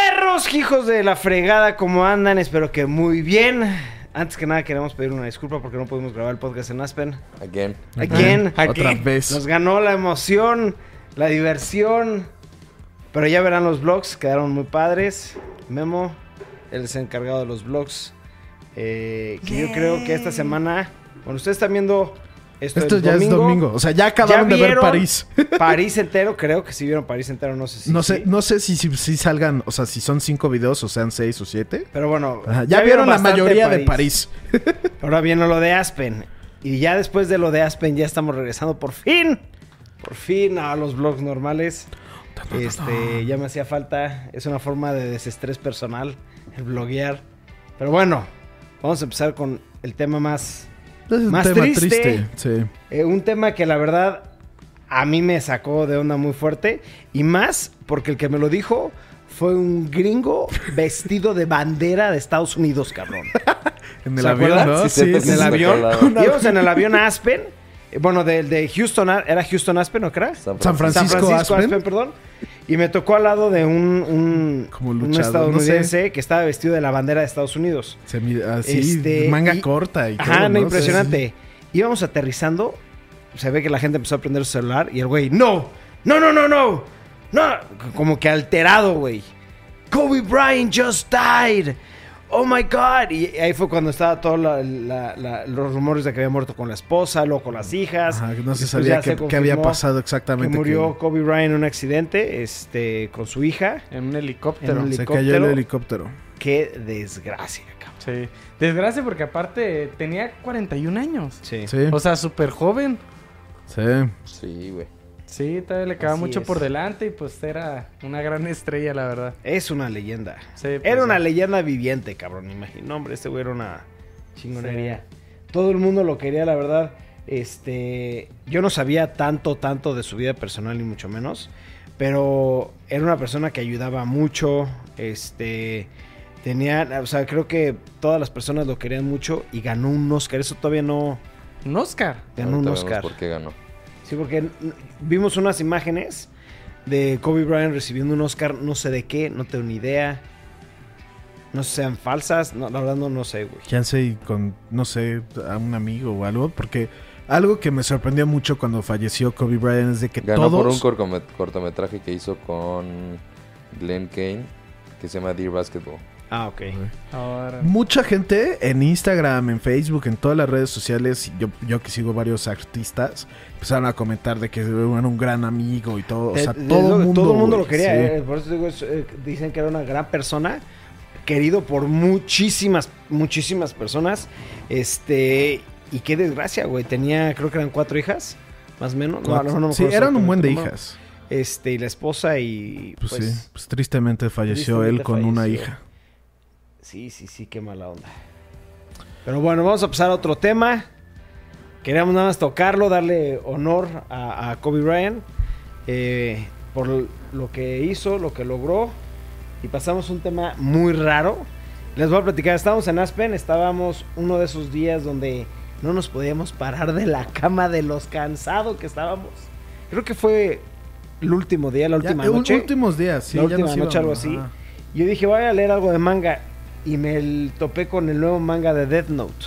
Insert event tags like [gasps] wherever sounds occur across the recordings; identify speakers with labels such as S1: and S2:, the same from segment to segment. S1: Vaqueros, hijos de la fregada, ¿cómo andan? Espero que muy bien. Antes que nada queremos pedir una disculpa porque no pudimos grabar el podcast en Aspen.
S2: Again.
S1: Again.
S3: Otra vez.
S1: Nos ganó la emoción, la diversión. Pero ya verán los vlogs, quedaron muy padres. Memo, él es encargado de los vlogs. eh, que yo creo que esta semana. Bueno, ustedes están viendo esto.
S3: Esto
S1: el
S3: ya es domingo. O sea, ya acabaron de ver
S1: vieron
S3: París. [laughs]
S1: París entero, creo que sí vieron París entero, no sé si.
S3: No sé,
S1: sí.
S3: no sé si, si, si salgan, o sea, si son cinco videos o sean seis o siete.
S1: Pero bueno,
S3: Ajá, Ya, vieron la
S1: bastante
S3: mayoría de París.
S1: Ahora viene lo de Aspen. Y ya después de lo de Aspen, ya estamos regresando por fin. Por fin a los blogs normales. Este, ya me hacía falta. Es una forma de desestrés personal, el bloguear. Pero bueno, vamos a empezar con el tema más.
S3: Es un
S1: Más
S3: tema
S1: triste.
S3: triste. Sí.
S1: eh, un tema que la verdad a mí me sacó de onda muy fuerte. Y más porque el que me lo dijo fue un gringo [laughs] vestido de bandera de Estados Unidos, cabrón.
S3: En
S1: ¿Se
S3: el avión,
S1: acuerdan?
S3: ¿no?
S2: Sí,
S3: Sí,
S2: cierto,
S1: Pues
S3: sí,
S1: en el
S3: sí.
S2: sí.
S1: avión. [laughs]
S2: Otro lado.
S1: Íbamos en el avión a Aspen. eh, Bueno, del de Houston, a- era Houston Aspen, ¿no crees?
S2: San
S3: San
S2: Francisco.
S3: Francisco. Aspen.
S1: perdón. Y me tocó al lado de un, un,
S3: Como
S1: un
S3: luchador,
S1: estadounidense
S3: no
S1: que estaba vestido de la bandera de Estados Unidos.
S3: Se mira así,
S1: Este,
S3: manga
S1: y-
S3: corta y
S1: Ajá,
S3: todo,
S1: no,
S3: ¿no?
S1: impresionante. Íbamos aterrizando, se ve que la gente empezó a prender su celular y el güey, no, no, no, no, no, no, como que alterado, güey. Kobe Bryant just died. Oh my God. Y ahí fue cuando estaba todos los rumores de que había muerto con la esposa, luego con las hijas.
S3: Ajá, que no se
S1: Después
S3: sabía
S1: ya
S3: qué-
S1: se
S3: qué había
S1: confirmó
S3: pasado
S1: Que
S3: exactamente,
S1: murió
S3: que-
S1: Kobe Bryant en un accidente este, con su hija.
S4: En un
S1: En
S4: helicóptero.
S1: un
S3: Se cayó el
S1: helicóptero.
S3: helicóptero.
S1: Qué desgracia, cabrón.
S4: Sí. Desgracia porque aparte tenía 41 años.
S1: Sí.
S3: Sí,
S4: O sea, súper joven.
S3: sí.
S2: Sí, güey.
S4: Sí, todavía le quedaba
S1: Así
S4: mucho
S1: es.
S4: por delante y pues era una gran estrella, la verdad.
S1: Es una leyenda.
S4: Sí, pues,
S1: era una
S4: sí.
S1: leyenda viviente, cabrón. Imagino, hombre, este güey era una chingonería. Todo el mundo lo quería, la verdad. Este, yo no sabía tanto, tanto de su vida personal, ni mucho menos. Pero era una persona que ayudaba mucho. Este, tenía, o sea, creo que todas las personas lo querían mucho y ganó un Oscar. Eso todavía no
S4: Un Oscar.
S1: ganó un
S2: Ahorita vemos
S1: Oscar.
S2: ¿Por qué ganó?
S1: Sí, porque n- vimos unas imágenes de Kobe Bryant recibiendo un Oscar, no sé de qué, no tengo ni idea. No sé, sean falsas, no, la verdad no, no sé, güey.
S3: Chance y con, no sé, a un amigo o algo. Porque algo que me sorprendió mucho cuando falleció Kobe Bryant es de que
S2: Ganó por un
S3: todos...
S2: corcome- cortometraje que hizo con Glenn Kane que se llama Dear Basketball.
S1: Ah, ok.
S4: Ahora.
S3: Mucha gente en Instagram, en Facebook, en todas las redes sociales, yo, yo que sigo varios artistas, empezaron a comentar de que era un gran amigo y todo. O sea,
S1: De- de-
S3: todo,
S1: Eh, lo-
S3: el mundo,
S1: todo el mundo lo
S3: güey,
S1: quería,
S3: sí.
S1: eh, por eso digo, es, eh, dicen que era una gran persona, querido por muchísimas, muchísimas personas. Este, y qué desgracia, güey. Tenía, creo que eran cuatro hijas, más o menos. No, no, no me
S3: sí,
S1: acuerdo
S3: eran un buen de
S1: exactamente, ¿no?
S3: hijas.
S1: Este, y la esposa y
S3: Pues,
S1: pues
S3: sí, pues tristemente falleció
S1: tristemente
S3: él con una
S1: falleció.
S3: hija.
S1: Sí, sí, sí, qué mala onda. Pero bueno, vamos a pasar a otro tema. Queríamos nada más tocarlo, darle honor a, a Kobe Bryant eh, por lo que hizo, lo que logró. Y pasamos a un tema muy raro. Les voy a platicar, estábamos en Aspen, estábamos uno de esos días donde no nos podíamos parar de la cama de los cansados que estábamos. Creo que fue el último día, la
S3: Ya,
S1: última
S3: eh, ul-
S1: noche.
S3: Últimos días, sí.
S1: La
S3: ya
S1: última
S3: nos
S1: noche,
S3: íbamos,
S1: algo así.
S3: ajá.
S1: Yo dije, voy a leer algo de manga. Y me l- topé con el nuevo manga de Death Note.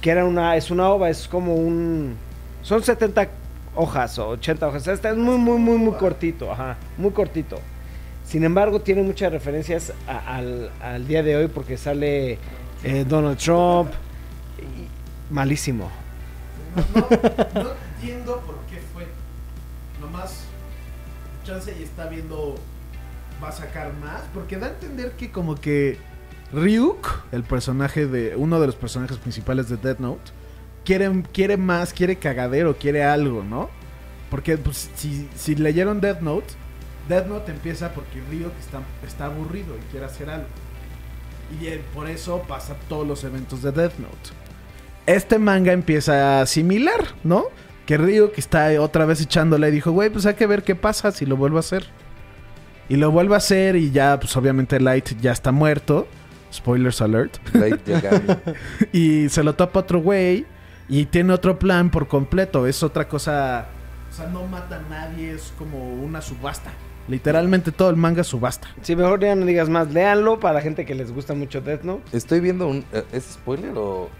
S1: Que era una, es una ova, es como un... Son 70 hojas o 80 hojas. Este es muy, muy, muy, muy cortito. Ajá, muy cortito. Sin embargo, tiene muchas referencias a- al, al día de hoy porque sale eh, Donald Trump. y- malísimo.
S5: No entiendo por qué fue. Nomás Chance y está viendo va a sacar más.
S3: Porque da a entender que como que Ryuk, el personaje de uno de los personajes principales de Death Note, quiere, quiere más, quiere cagadero, quiere algo, ¿no? Porque pues, si, si leyeron Death Note, Death Note empieza porque Ryuk está, está aburrido y quiere hacer algo. Y él- por eso pasa todos los eventos de Death Note. Este manga empieza similar, ¿no? Que Ryuk está otra vez echándole y dijo, güey, pues hay que ver qué pasa si lo vuelvo a hacer. Y lo vuelve a hacer y ya, pues obviamente Light ya está muerto. Spoilers alert. [laughs]
S2: Blake Yagami.
S3: Y se lo tapa otro güey. Y tiene otro plan por completo. Es otra cosa. O sea, no mata a nadie. Es como una subasta. Literalmente todo el manga subasta.
S1: Sí, mejor ya no digas más. Léanlo para la gente que les gusta mucho Death Note.
S2: Estoy viendo un... eh, ¿Es spoiler o...?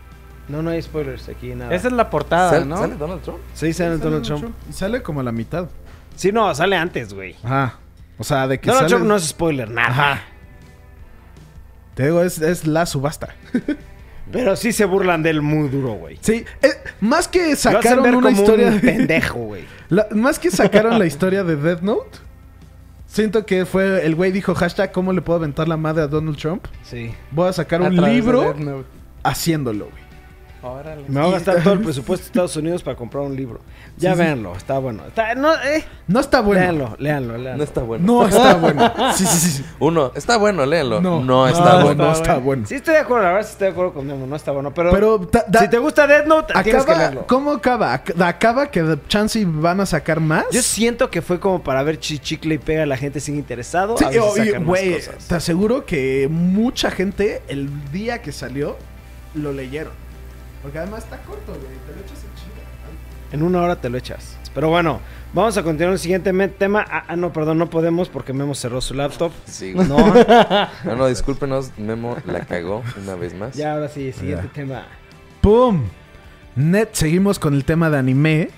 S1: No, no hay spoilers aquí, nada.
S4: Esa es la portada,
S2: ¿Sale,
S4: ¿no?
S2: sale Donald Trump?
S1: Sí, sale Donald Trump.
S3: Y sale como a la mitad.
S1: Sí, no, sale antes, güey.
S3: Ajá. O sea, de que
S1: Donald
S3: sale-
S1: Trump no es spoiler, nada.
S3: Te digo, es, es la subasta.
S1: Pero sí se burlan de él muy duro, güey.
S3: Sí, eh, más que
S1: Lo hacen
S3: sacaron
S1: ver
S3: una
S1: como
S3: historia
S1: un
S3: de-
S1: pendejo, güey.
S3: [laughs] La- más que sacaron la historia de Death Note, siento que fue el güey dijo hashtag cómo le puedo aventar la madre a Donald Trump.
S1: Sí.
S3: Voy a sacar
S4: A
S3: un
S4: través de
S3: libro
S4: Death Note.
S3: haciéndolo, güey.
S4: Órale.
S1: Me voy a
S3: Y-
S1: gastar todo el presupuesto de Estados Unidos para comprar un libro. Ya
S3: Sí, sí.
S1: véanlo, está bueno. Está, no, eh.
S3: No está bueno.
S1: Léanlo, léanlo, léanlo.
S2: No está bueno.
S1: [laughs]
S3: No está bueno. Sí, sí, sí.
S2: Uno, está bueno, léelo. No,
S3: no,
S2: está bueno.
S3: No está bueno.
S1: Sí estoy de acuerdo, la verdad sí estoy de acuerdo con Memo, no está bueno. Pero,
S3: Pero ta- da-
S1: si te gusta Death Note, tienes que
S3: acaba,
S1: leerlo.
S3: ¿cómo acaba? Ac- Acaba que de chance y van a sacar más.
S1: Yo siento que fue como para ver si chicle y pega a la gente sin interesado.
S3: Sí,
S1: a ver si
S3: oh, y,
S1: sacan más
S3: güey,
S1: cosas.
S3: te aseguro que mucha gente el día que salió lo leyeron. Porque además está corto, güey. Te lo echas en chinga.
S1: En una hora te lo echas. Pero bueno, vamos a continuar el siguiente me- tema. Ah, ah, no, perdón, no podemos porque Memo cerró su laptop.
S2: Sí, güey.
S1: No,
S2: No, no, discúlpenos, Memo la cagó una vez más.
S1: ya ahora sí, siguiente
S3: Ya.
S1: tema.
S3: ¡Pum! Net, seguimos con el tema de anime.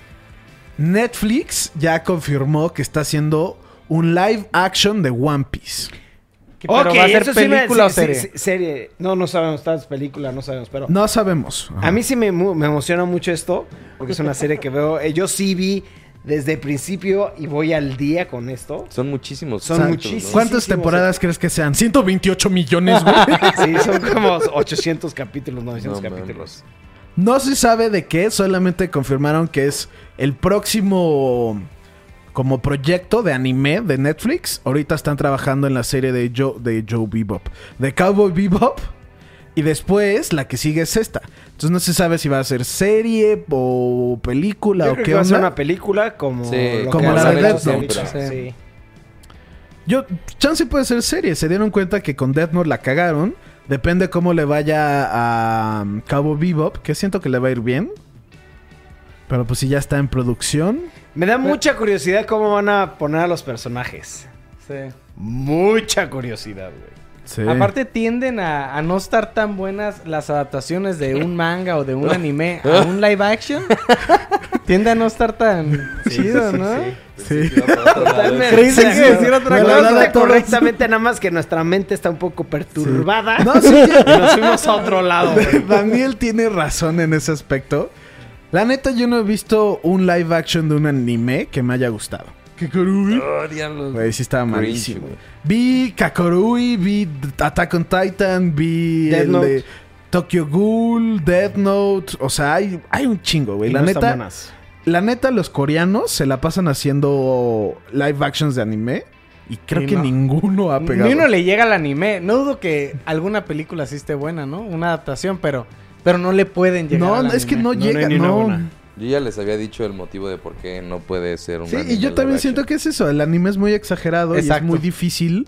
S3: Netflix ya confirmó que está haciendo un live action de One Piece.
S4: ¿Qué, pero va a ser
S1: eso sí me-
S4: película
S1: sí,
S4: o serie.
S1: sí, sí, serie. No, no sabemos, tal vez película, no sabemos, pero...
S3: No sabemos.
S1: A mí sí me, mu- me emociona mucho esto, porque es una serie que veo. eh, yo sí vi desde el principio y voy al día con esto.
S2: Son muchísimos.
S1: Son
S2: saltos,
S1: muchísimos.
S2: ¿no?
S3: ¿Cuántas temporadas crees que sean? 128
S1: [laughs]
S3: millones, güey.
S1: Sí, son como 800 capítulos, 900
S2: No
S1: capítulos.
S3: No se sabe de qué, solamente confirmaron que es el próximo como proyecto de anime de Netflix. Ahorita están trabajando en la serie de Joe, de Joe Bebop, de Cowboy Bebop. Y después la que sigue es esta. Entonces no se sabe si va a ser serie o película
S1: Yo
S3: o
S1: creo
S3: qué
S1: que va a ser
S3: onda.
S1: una película como,
S2: Sí,
S1: lo
S3: como
S1: que
S3: la
S1: han hecho
S3: de Death
S2: Note.
S1: siempre. Sí.
S3: Yo, chance puede ser serie. Se dieron cuenta que con Death Note la cagaron. Depende cómo le vaya a um, Cowboy Bebop, que siento que le va a ir bien. Pero pues si ya está en producción.
S1: Me da mucha curiosidad cómo van a poner a los personajes.
S4: Sí.
S1: Mucha curiosidad, güey.
S3: Sí.
S4: Aparte tienden a, a no estar tan buenas las adaptaciones de un manga o de un anime a un live action. Tiende a no estar tan chido, ¿no?
S2: Sí. sí, va para otro lado.
S4: Creíste que decir otra
S1: Me
S4: cosa.
S1: hablaste
S3: Todos.
S1: correctamente, nada más que nuestra mente está un poco perturbada.
S3: [laughs] No, sí, ya-
S1: [laughs]
S3: [laughs]
S1: Y nos fuimos a otro lado, güey.
S3: Daniel tiene razón en ese aspecto. La neta, yo no he visto un live action de un anime que me haya gustado. ¿Kakorui?
S2: Oh, diablos.
S3: Güey, sí estaba
S2: Cringe,
S3: malísimo.
S2: güey.
S3: Vi Kakorui, vi D- Attack on Titan, vi
S1: Death
S3: el
S1: Note.
S3: de Tokyo Ghoul, Death Note. O sea, hay, hay un chingo, güey. La
S1: No están
S3: neta,
S1: buenas.
S3: la neta, los coreanos se la pasan haciendo live actions de anime. Y creo
S4: Y
S3: que
S4: no.
S3: ninguno ha pegado.
S4: Ni uno le llega al anime. No dudo que alguna película sí esté buena, ¿no? Una adaptación, pero, pero no le pueden llegar
S3: no,
S4: al
S3: es que
S4: anime.
S3: no,
S1: No, no hay
S3: llega,
S1: ni una
S3: no.
S1: buena.
S2: Yo ya les había dicho el motivo de por qué no puede ser un
S3: Sí,
S2: anime
S3: y yo también
S2: live
S3: siento
S2: action.
S3: que es eso. El anime es muy exagerado y
S4: Exacto.
S3: es muy difícil.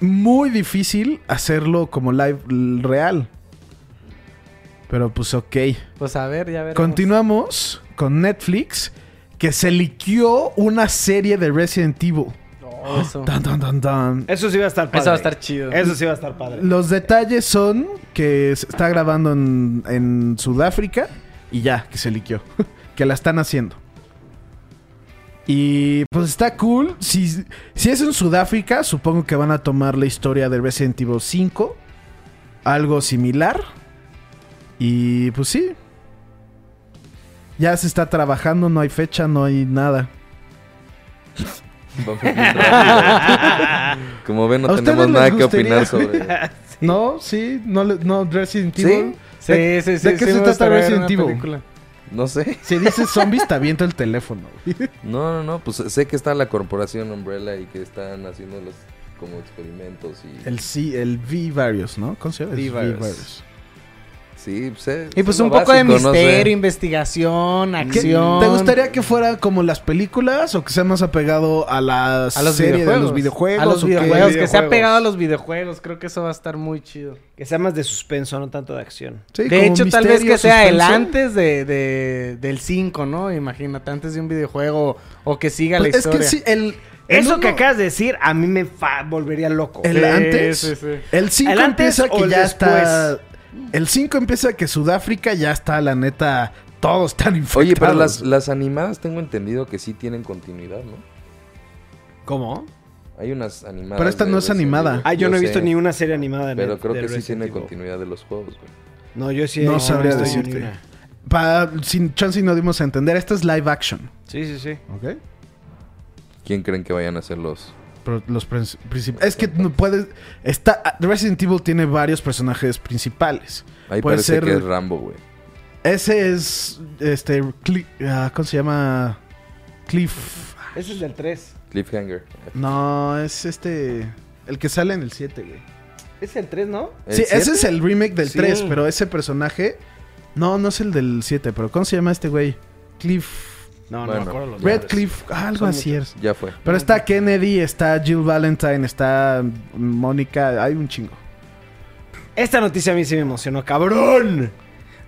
S3: Muy difícil hacerlo como live l- real. Pero pues ok.
S4: Pues a ver, ya ver.
S3: Continuamos con Netflix, que se liqueó una serie de Resident Evil.
S4: eso.
S3: Tan, tan, tan, tan.
S1: Eso sí va a estar padre.
S4: Eso va a estar chido.
S1: Eso sí va a estar padre.
S3: Los detalles son que se está grabando en, en Sudáfrica y ya, que se liqueó. [laughs] que la están haciendo. Y pues está cool. Si, si es en Sudáfrica, supongo que van a tomar la historia de Resident Evil 5. Algo similar. Y pues sí. Ya se está trabajando, no hay fecha, no hay nada.
S2: Vamos bien rápido,
S1: [laughs]
S2: güey. Como ven,
S3: ¿A
S2: no
S3: ustedes
S2: tenemos
S3: les
S2: nada que
S3: gustaría?
S2: opinar
S3: [laughs]
S2: sobre.
S3: No, sí, no, le- no Resident
S2: ¿Sí?
S3: Evil.
S4: Sí, sí, sí.
S3: ¿De qué
S4: sí
S3: se
S4: me
S3: trata
S4: gustaría ver
S3: Resident
S4: una
S3: Evil?
S4: película.
S2: No sé.
S3: Si dices zombies, te aviento el teléfono.
S2: No, no, no. Pues sé que está la corporación Umbrella y que están haciendo los como experimentos y.
S3: El, sí, el V-Varios, ¿no? ¿Cómo se llama? Es
S2: V-Virus.
S3: V-Virus.
S2: Sí, pues. eh,
S4: Y pues
S2: es lo
S4: un poco de
S2: básico, no sé.
S4: misterio, investigación,
S3: ¿Qué-
S4: acción.
S3: ¿Te gustaría que fuera como las películas o que sea más apegado a la
S4: a los
S3: serie
S4: videojuegos?
S3: de los videojuegos?
S4: A los
S3: o qué?
S4: videojuegos, que se ha
S1: Videojuegos.
S4: pegado a los videojuegos. Creo que eso va a estar muy chido.
S1: Que sea más de suspenso, no tanto de acción.
S3: Sí, como
S4: de hecho, tal vez
S3: misterio,
S4: que sea el
S3: suspenso.
S4: antes de, de- del 5, ¿no? Imagínate, antes de un videojuego o que siga
S3: Pues
S4: la
S3: es que
S4: historia.
S3: sí, el. el
S1: Eso que
S3: uno-
S1: acabas de decir, a mí me fa- volvería loco.
S3: El
S4: Sí,
S3: antes.
S4: sí, sí.
S3: El 5
S1: ¿El antes
S3: empieza
S1: o
S3: que
S1: el
S3: ya está.
S1: después?
S3: El 5 empieza que Sudáfrica ya está, la neta. Todos están infectados.
S2: Oye, pero las, las animadas tengo entendido que sí tienen continuidad, ¿no?
S1: ¿Cómo?
S2: Hay unas animadas.
S3: Pero esta
S2: de
S3: no es
S2: Resident
S3: animada.
S2: Evil.
S1: Ah, yo no he
S2: sé,
S1: visto ni una serie animada de
S2: Pero
S1: Net-
S2: creo
S1: de
S2: que sí
S1: Resident
S2: tiene
S1: Evil.
S2: continuidad de los juegos, güey.
S1: No, yo sí.
S3: No
S1: he-
S3: sabría
S1: he visto ni
S3: decirte.
S1: una.
S3: Pa- sin chance y no dimos a entender. Esta es live action.
S1: Sí, sí, sí.
S3: ¿Ok?
S2: ¿Quién creen que vayan a ser los...?
S3: Pero los prin- princip- Es que no puedes. Está, Resident Evil tiene varios personajes principales.
S2: Ahí
S3: Puede
S2: parece
S3: ser-
S2: que es Rambo, güey.
S3: Ese es. Este. Cli- ah, ¿Cómo se llama? Cliff.
S1: Ese es del 3.
S2: Cliffhanger.
S3: No, es este. El que sale en el 7, güey.
S1: Es el 3, ¿no?
S2: ¿El
S3: Sí,
S2: siete?
S3: ese es el remake del
S1: Sí.
S3: 3, pero ese personaje. No, no es el del 7, pero ¿cómo se llama este güey? Cliff.
S1: No,
S2: Bueno.
S1: los
S3: Red
S1: nombres.
S3: Cliff, algo
S1: Son
S3: así es.
S2: Ya fue.
S3: Pero está Kennedy, está Jill Valentine, está Mónica, hay un chingo.
S1: Esta noticia a mí sí me emocionó, cabrón.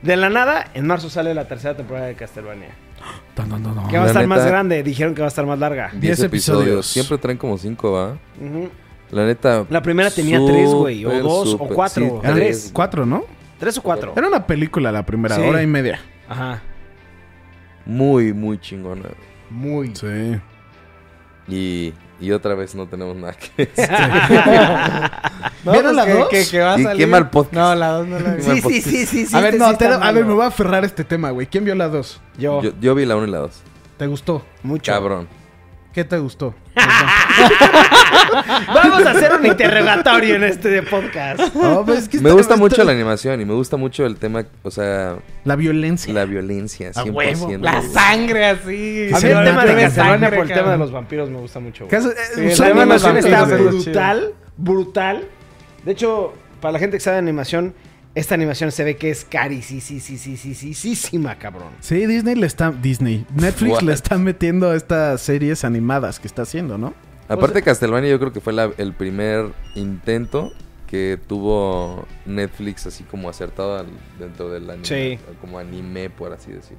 S1: De la nada, en marzo sale la tercera temporada de Castlevania. Que va a
S2: La
S1: estar más
S2: neta-
S1: grande, dijeron que va a estar más larga.
S2: 10
S3: Diez
S2: episodios.
S3: episodios.
S2: Siempre traen como 5, ¿va?
S1: Ujú.
S2: La neta...
S1: La primera tenía tres, güey, o
S2: súper,
S1: dos, o
S2: súper-
S1: cuatro, o
S2: tres,
S1: tres.
S2: güey.
S3: Cuatro, ¿no?
S1: ¿Tres o cuatro?
S3: Era una película la primera,
S1: Sí.
S3: hora y media.
S1: Ajá.
S2: Muy, muy chingona.
S3: Muy. Sí.
S2: Y, y otra vez no tenemos nada que decir.
S4: No,
S3: ¿Vieron
S4: pues
S3: la
S4: que-
S3: dos?
S4: que- que va a
S2: Y qué
S4: salir.
S2: mal podcast.
S4: No, la
S2: [laughs]
S4: 2 no la vi.
S2: Sí, sí, sí,
S3: a ver, no,
S4: te-
S3: te- a ver, me
S4: va-
S3: voy a aferrar a este tema, güey. ¿Quién vio la dos?
S1: Yo,
S2: Yo, yo vi la 1 y la 2.
S3: ¿Te gustó?
S1: mucho.
S2: Cabrón.
S3: ¿Qué te [laughs] gustó?
S1: Vamos a hacer un interrogatorio en este podcast.
S3: No, pues, es que
S2: Me
S3: está-
S2: gusta
S3: está-
S2: mucho la animación y me gusta mucho el tema, o sea,
S3: La violencia.
S2: la violencia, 100%.
S4: La
S2: güey.
S4: sangre así.
S1: A mí
S3: Sí,
S1: el tema
S3: no,
S1: de
S3: no,
S1: Castlevania
S4: sangre,
S1: por el tema de
S4: cabrón.
S1: los vampiros me gusta mucho. güey.
S3: Que es- eh,
S4: Sí,
S1: La
S3: usualmente
S4: tema de los
S1: animación
S3: los
S1: está
S4: vampiros,
S3: vampiros-
S4: güey.
S1: brutal, brutal. De hecho, para la gente que sabe de animación, esta animación se ve que es cari, sí, sí, sí, sí, sí, sí, sí, sí, ma, cabrón.
S3: Sí, Disney le está. Disney. Netflix
S2: What?
S3: le está metiendo a estas series animadas que está haciendo, ¿no?
S2: Aparte,
S3: eh,
S2: Castlevania yo creo que fue la- el primer intento que tuvo Netflix así como acertado al- dentro del anime.
S1: Sí.
S2: Como anime, por así decirlo.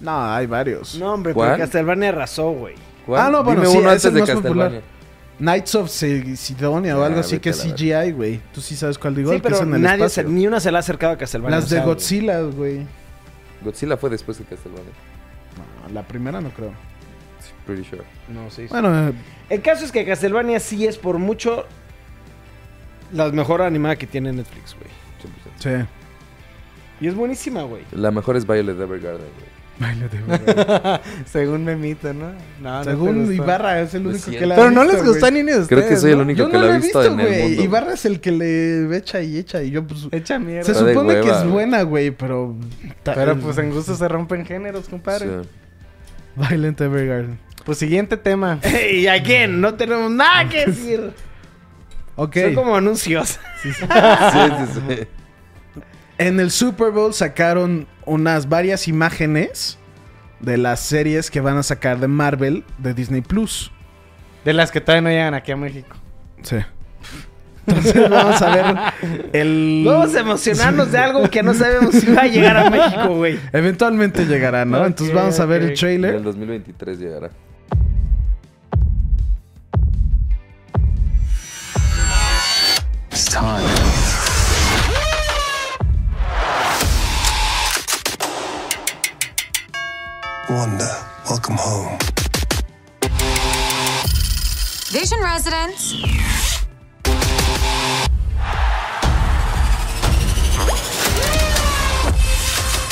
S3: No, hay varios.
S1: No, hombre,
S2: ¿Cuál?
S1: pero Castlevania arrasó, güey.
S2: ¿Cuál?
S3: Ah, no, bueno,
S2: Dime
S3: sí,
S2: uno
S3: es
S2: antes
S3: el
S2: de
S3: más popular.
S2: Castlevania.
S3: Knights of Sid- Sidonia o
S2: Ya,
S3: algo así
S2: Ah, vete
S3: que
S2: a
S3: es
S2: la verga.
S3: CGI, güey. Tú sí sabes cuál digo,
S1: Sí,
S3: el que
S1: pero
S3: es en el
S1: nadie se-
S3: espacio.
S1: ni una se le ha acercado a Castlevania.
S3: Las de
S1: o sea,
S3: Godzilla, güey.
S2: Godzilla fue después de Castlevania.
S3: No, la primera no creo.
S2: Sí, Pretty sure.
S1: No, sí, sí.
S3: Bueno, eh,
S1: El caso es que Castlevania sí es por mucho la mejor animada que tiene Netflix, güey.
S2: 100%.
S3: sí.
S1: Y es buenísima, güey.
S2: La mejor es Violet Evergarden, güey.
S3: [laughs] Baile de verga.
S4: [laughs] Según Memito, ¿no? No,
S3: Ah,
S4: no te
S3: Según
S4: gustó.
S3: Ibarra es el
S2: Lo
S3: único que
S2: siento.
S3: la ha
S4: Pero no
S3: visto,
S4: les gustó a
S3: güey.
S4: ni de ustedes.
S2: Creo que soy el
S4: ¿no?
S2: único
S3: Yo
S2: que
S3: no
S2: la
S3: la
S2: ha
S3: he
S2: visto,
S3: visto,
S2: en el
S3: güey.
S2: mundo.
S3: Ibarra es el que le echa y echa y yo pues
S4: Echa mierda.
S3: se
S2: Está de
S3: supone que
S2: hueva,
S3: es
S2: güey.
S3: buena, güey, pero
S4: Pero
S3: [laughs]
S4: pues en gusto se rompen géneros, compadre.
S2: Sí.
S3: Violent Evergarden.
S4: Pues siguiente tema.
S1: y aquí no tenemos nada que decir.
S3: Ok.
S1: Son como anuncios. [laughs]
S2: Sí, sí, sí.
S3: En el Super Bowl sacaron unas varias imágenes de las series que van a sacar de Marvel de Disney Plus.
S4: De las que todavía no llegan aquí a México.
S3: Sí. Entonces vamos a ver [laughs] el
S1: Vamos a emocionarnos de algo que no sabemos si va a llegar a México, güey.
S3: Eventualmente llegará, ¿no?
S4: Ok,
S3: Entonces vamos a ver
S4: ok.
S3: el
S2: En
S3: trailer.
S2: el 2023 llegará.
S6: Wanda, welcome home.
S7: Vision Residence.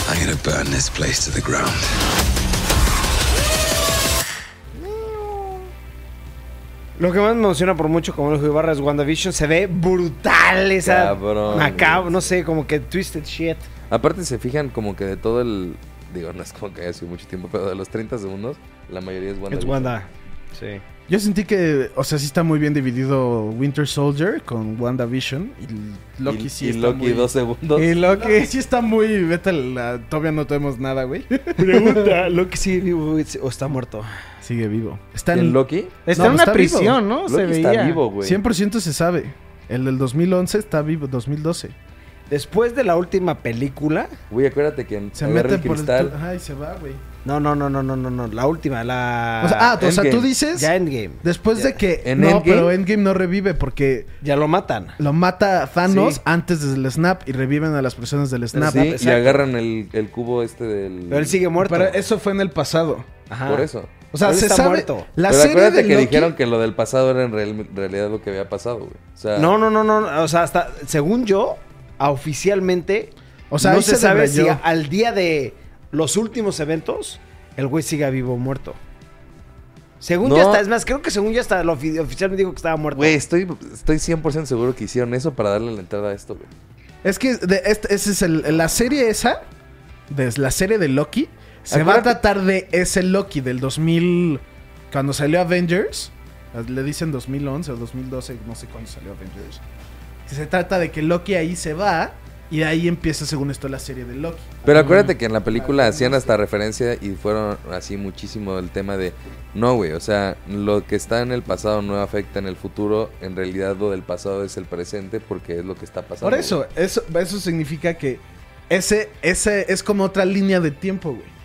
S6: I'm gonna burn this place to the ground.
S1: Lo que más me emociona por mucho, como lo dijo Ibarra, es WandaVision. Se ve brutal esa.
S2: Cabrón,
S1: Macab
S2: güey.
S1: no sé, como que twisted shit.
S2: Aparte se fijan como que de todo el... Digo, no es como que haya sido mucho tiempo, pero de los 30 segundos, la mayoría es Wanda.
S1: Es Wanda. Sí.
S3: Yo sentí que, o sea, sí está muy bien dividido Winter Soldier con WandaVision. Y Loki
S2: y,
S3: sí
S2: y
S3: está
S2: Loki
S3: muy...
S2: dos segundos.
S3: Y Loki sí está muy... Vete, a la- todavía no tenemos nada, güey. [laughs]
S1: Pregunta, ¿Loki sigue vivo o está muerto?
S3: Sigue vivo. Está
S2: ¿Y
S3: en...
S2: el Loki?
S1: pues
S4: Está
S3: No,
S4: en una
S3: está vivo.
S4: prisión, ¿no?
S2: Loki
S4: Se veía.
S2: está vivo, güey.
S3: 100% se sabe. El del 2011 está vivo, 2012.
S1: Después de la última película...
S2: Güey, acuérdate que en
S3: Se
S2: agarra
S3: mete
S2: el
S3: por el...
S2: cristal.
S3: tu- Ajá, y se va, güey.
S1: No, no, no, no, no, no, no. La última, la...
S3: O sea, ah, o sea, tú
S2: Endgame.
S3: dices...
S1: ya Endgame.
S3: Después de que...
S2: ¿En
S3: no,
S2: Endgame?
S3: pero Endgame no revive porque
S1: Ya lo matan.
S3: lo mata Thanos
S1: Sí.
S3: antes del snap y reviven a las personas del snap.
S2: Sí, y
S3: Exacto.
S2: agarran el, el cubo este del.
S1: Pero él sigue muerto.
S3: Pero eso fue en el pasado.
S1: Ajá.
S2: Por eso.
S3: O sea,
S1: Él
S3: se
S1: está
S3: sabe...
S1: muerto.
S3: La
S2: Pero
S3: serie
S2: acuérdate
S3: de
S2: que
S3: Loki-
S2: dijeron que lo del pasado era en real- realidad lo que había pasado, güey. O sea,
S1: No, no, no, no. O sea, hasta, según yo, a- oficialmente,
S3: O sea,
S1: no
S3: ahí
S1: se,
S3: se
S1: sabe
S3: debrayó.
S1: si a- al día de los últimos eventos, el güey siga vivo o muerto. Según
S2: No.
S1: ya está, es más, creo que según ya está, lo ofi- oficialmente dijo que estaba muerto.
S2: Güey, estoy, estoy 100% seguro que hicieron eso para darle la entrada a esto, güey.
S3: Es que de- este- ese es el- la serie esa, de, la serie de Loki, se va a
S2: Acuérdate-
S3: tratar de ese Loki del 2000, cuando salió Avengers, le dicen 2011 o 2012, no sé cuándo salió Avengers. Se trata de que Loki ahí se va y de ahí empieza, según esto, la serie de Loki.
S2: Pero acuérdate que en la película hacían hasta referencia y fueron así muchísimo el tema de, no, güey, o sea, lo que está en el pasado no afecta en el futuro, en realidad lo del pasado es el presente porque es lo que está pasando.
S3: Por eso, eso, eso significa que ese, ese es como otra línea de tiempo, güey.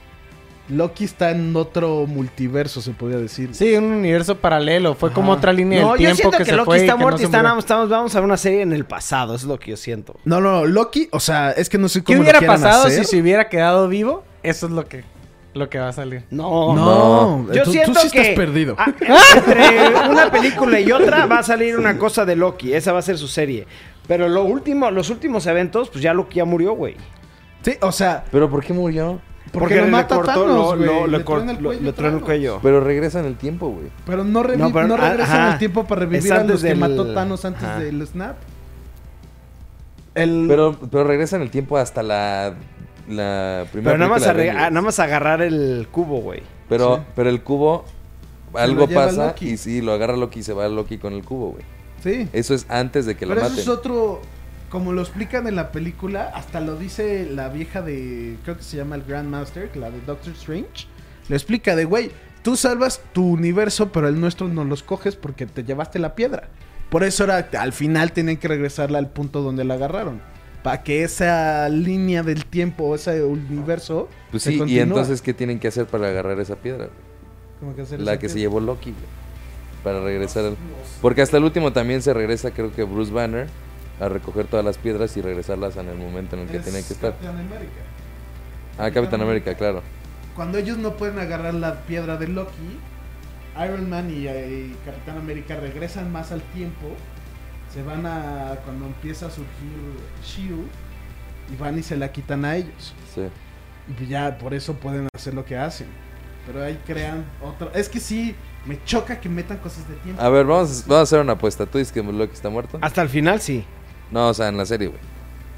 S3: Loki está en otro multiverso, se podría decir.
S4: Sí, un universo paralelo. Fue como otra línea
S1: No,
S4: del
S1: yo
S4: tiempo
S1: siento
S4: que,
S1: que,
S4: se
S1: Loki
S4: fue.
S1: está
S4: que no
S1: muerto y
S4: se
S1: está-
S4: murió.
S1: estamos, vamos a ver una serie en el pasado, es lo que yo siento.
S3: No, no, Loki, o sea, es que no sé cómo
S4: ¿Qué
S3: lo
S4: hubiera
S3: quieran
S4: pasado
S3: hacer.
S4: si se hubiera quedado vivo? Eso es lo que, lo que va a salir.
S1: No,
S3: No,
S1: Yo
S3: tú, tú
S1: siento
S3: sí
S1: que Ah.
S3: estás perdido.
S1: a- entre una película y otra va a salir una cosa de Loki, esa va a ser su serie. Pero lo último, los últimos eventos, pues ya Loki ya murió, güey.
S3: Sí, o sea,
S2: ¿Pero por qué murió?
S3: porque, lo
S1: le
S3: mata
S1: cortó,
S3: Thanos,
S1: lo- lo-
S3: güey.
S1: le
S3: Le
S1: cor-
S3: truena el
S1: lo-
S3: cuello
S1: le truena el
S3: Thanos.
S1: cuello.
S2: Pero regresa en el tiempo, güey.
S3: Pero no, revi-
S1: No, pero- ah,
S3: no regresan
S1: ajá.
S3: el tiempo para
S1: Es
S3: revivir a
S1: antes
S3: los que
S1: del-
S3: mató Thanos antes
S1: ajá.
S3: del snap.
S2: Pero, pero regresa en el tiempo hasta la, la primera
S1: Pero nada más,
S2: película de
S1: arre- ah,
S2: Avengers.
S1: nada más agarrar el cubo, güey.
S2: Pero, pero el cubo,
S3: lo
S2: algo
S3: lleva
S2: pasa
S3: Loki.
S2: y sí, lo agarra Loki y se va Loki con el cubo, güey.
S3: Sí.
S2: Eso es antes de que
S3: Pero
S2: lo
S3: eso
S2: maten.
S3: es otro, como lo explican en la película, hasta lo dice la vieja de, creo que se llama el Grandmaster, la de Doctor Strange. Lo explica de, güey, tú salvas tu universo, pero el nuestro no los coges porque te llevaste la piedra. Por eso era, al final tienen que regresarla al punto donde la agarraron. Para que esa línea del tiempo, ese universo...
S2: Pues
S3: se
S2: sí, y
S3: continúa.
S2: entonces, ¿qué tienen que hacer para agarrar esa piedra? güey?
S3: Como que hacer
S2: La
S3: esa
S2: que se
S3: piedra.
S2: llevó Loki, güey, Para regresar al... Porque hasta el último también se regresa, creo que Bruce Banner, a recoger todas las piedras y regresarlas en el momento en el que
S3: Es
S2: tienen que estar.
S3: Capitán América.
S2: Ah, Capitán América, claro.
S3: Cuando ellos no pueden agarrar la piedra de Loki, Iron Man y, eh, Capitán América regresan más al tiempo. Se van a. cuando empieza a surgir Shield. Y van y se la quitan a ellos.
S2: Sí.
S3: Y pues ya por eso pueden hacer lo que hacen. Pero ahí crean otro. Es que sí, me choca que metan cosas de tiempo.
S2: A ver, vamos, vamos a hacer una apuesta. ¿Tú dices que Loki está muerto?
S1: Hasta el final sí.
S2: No, o sea, en la serie, güey.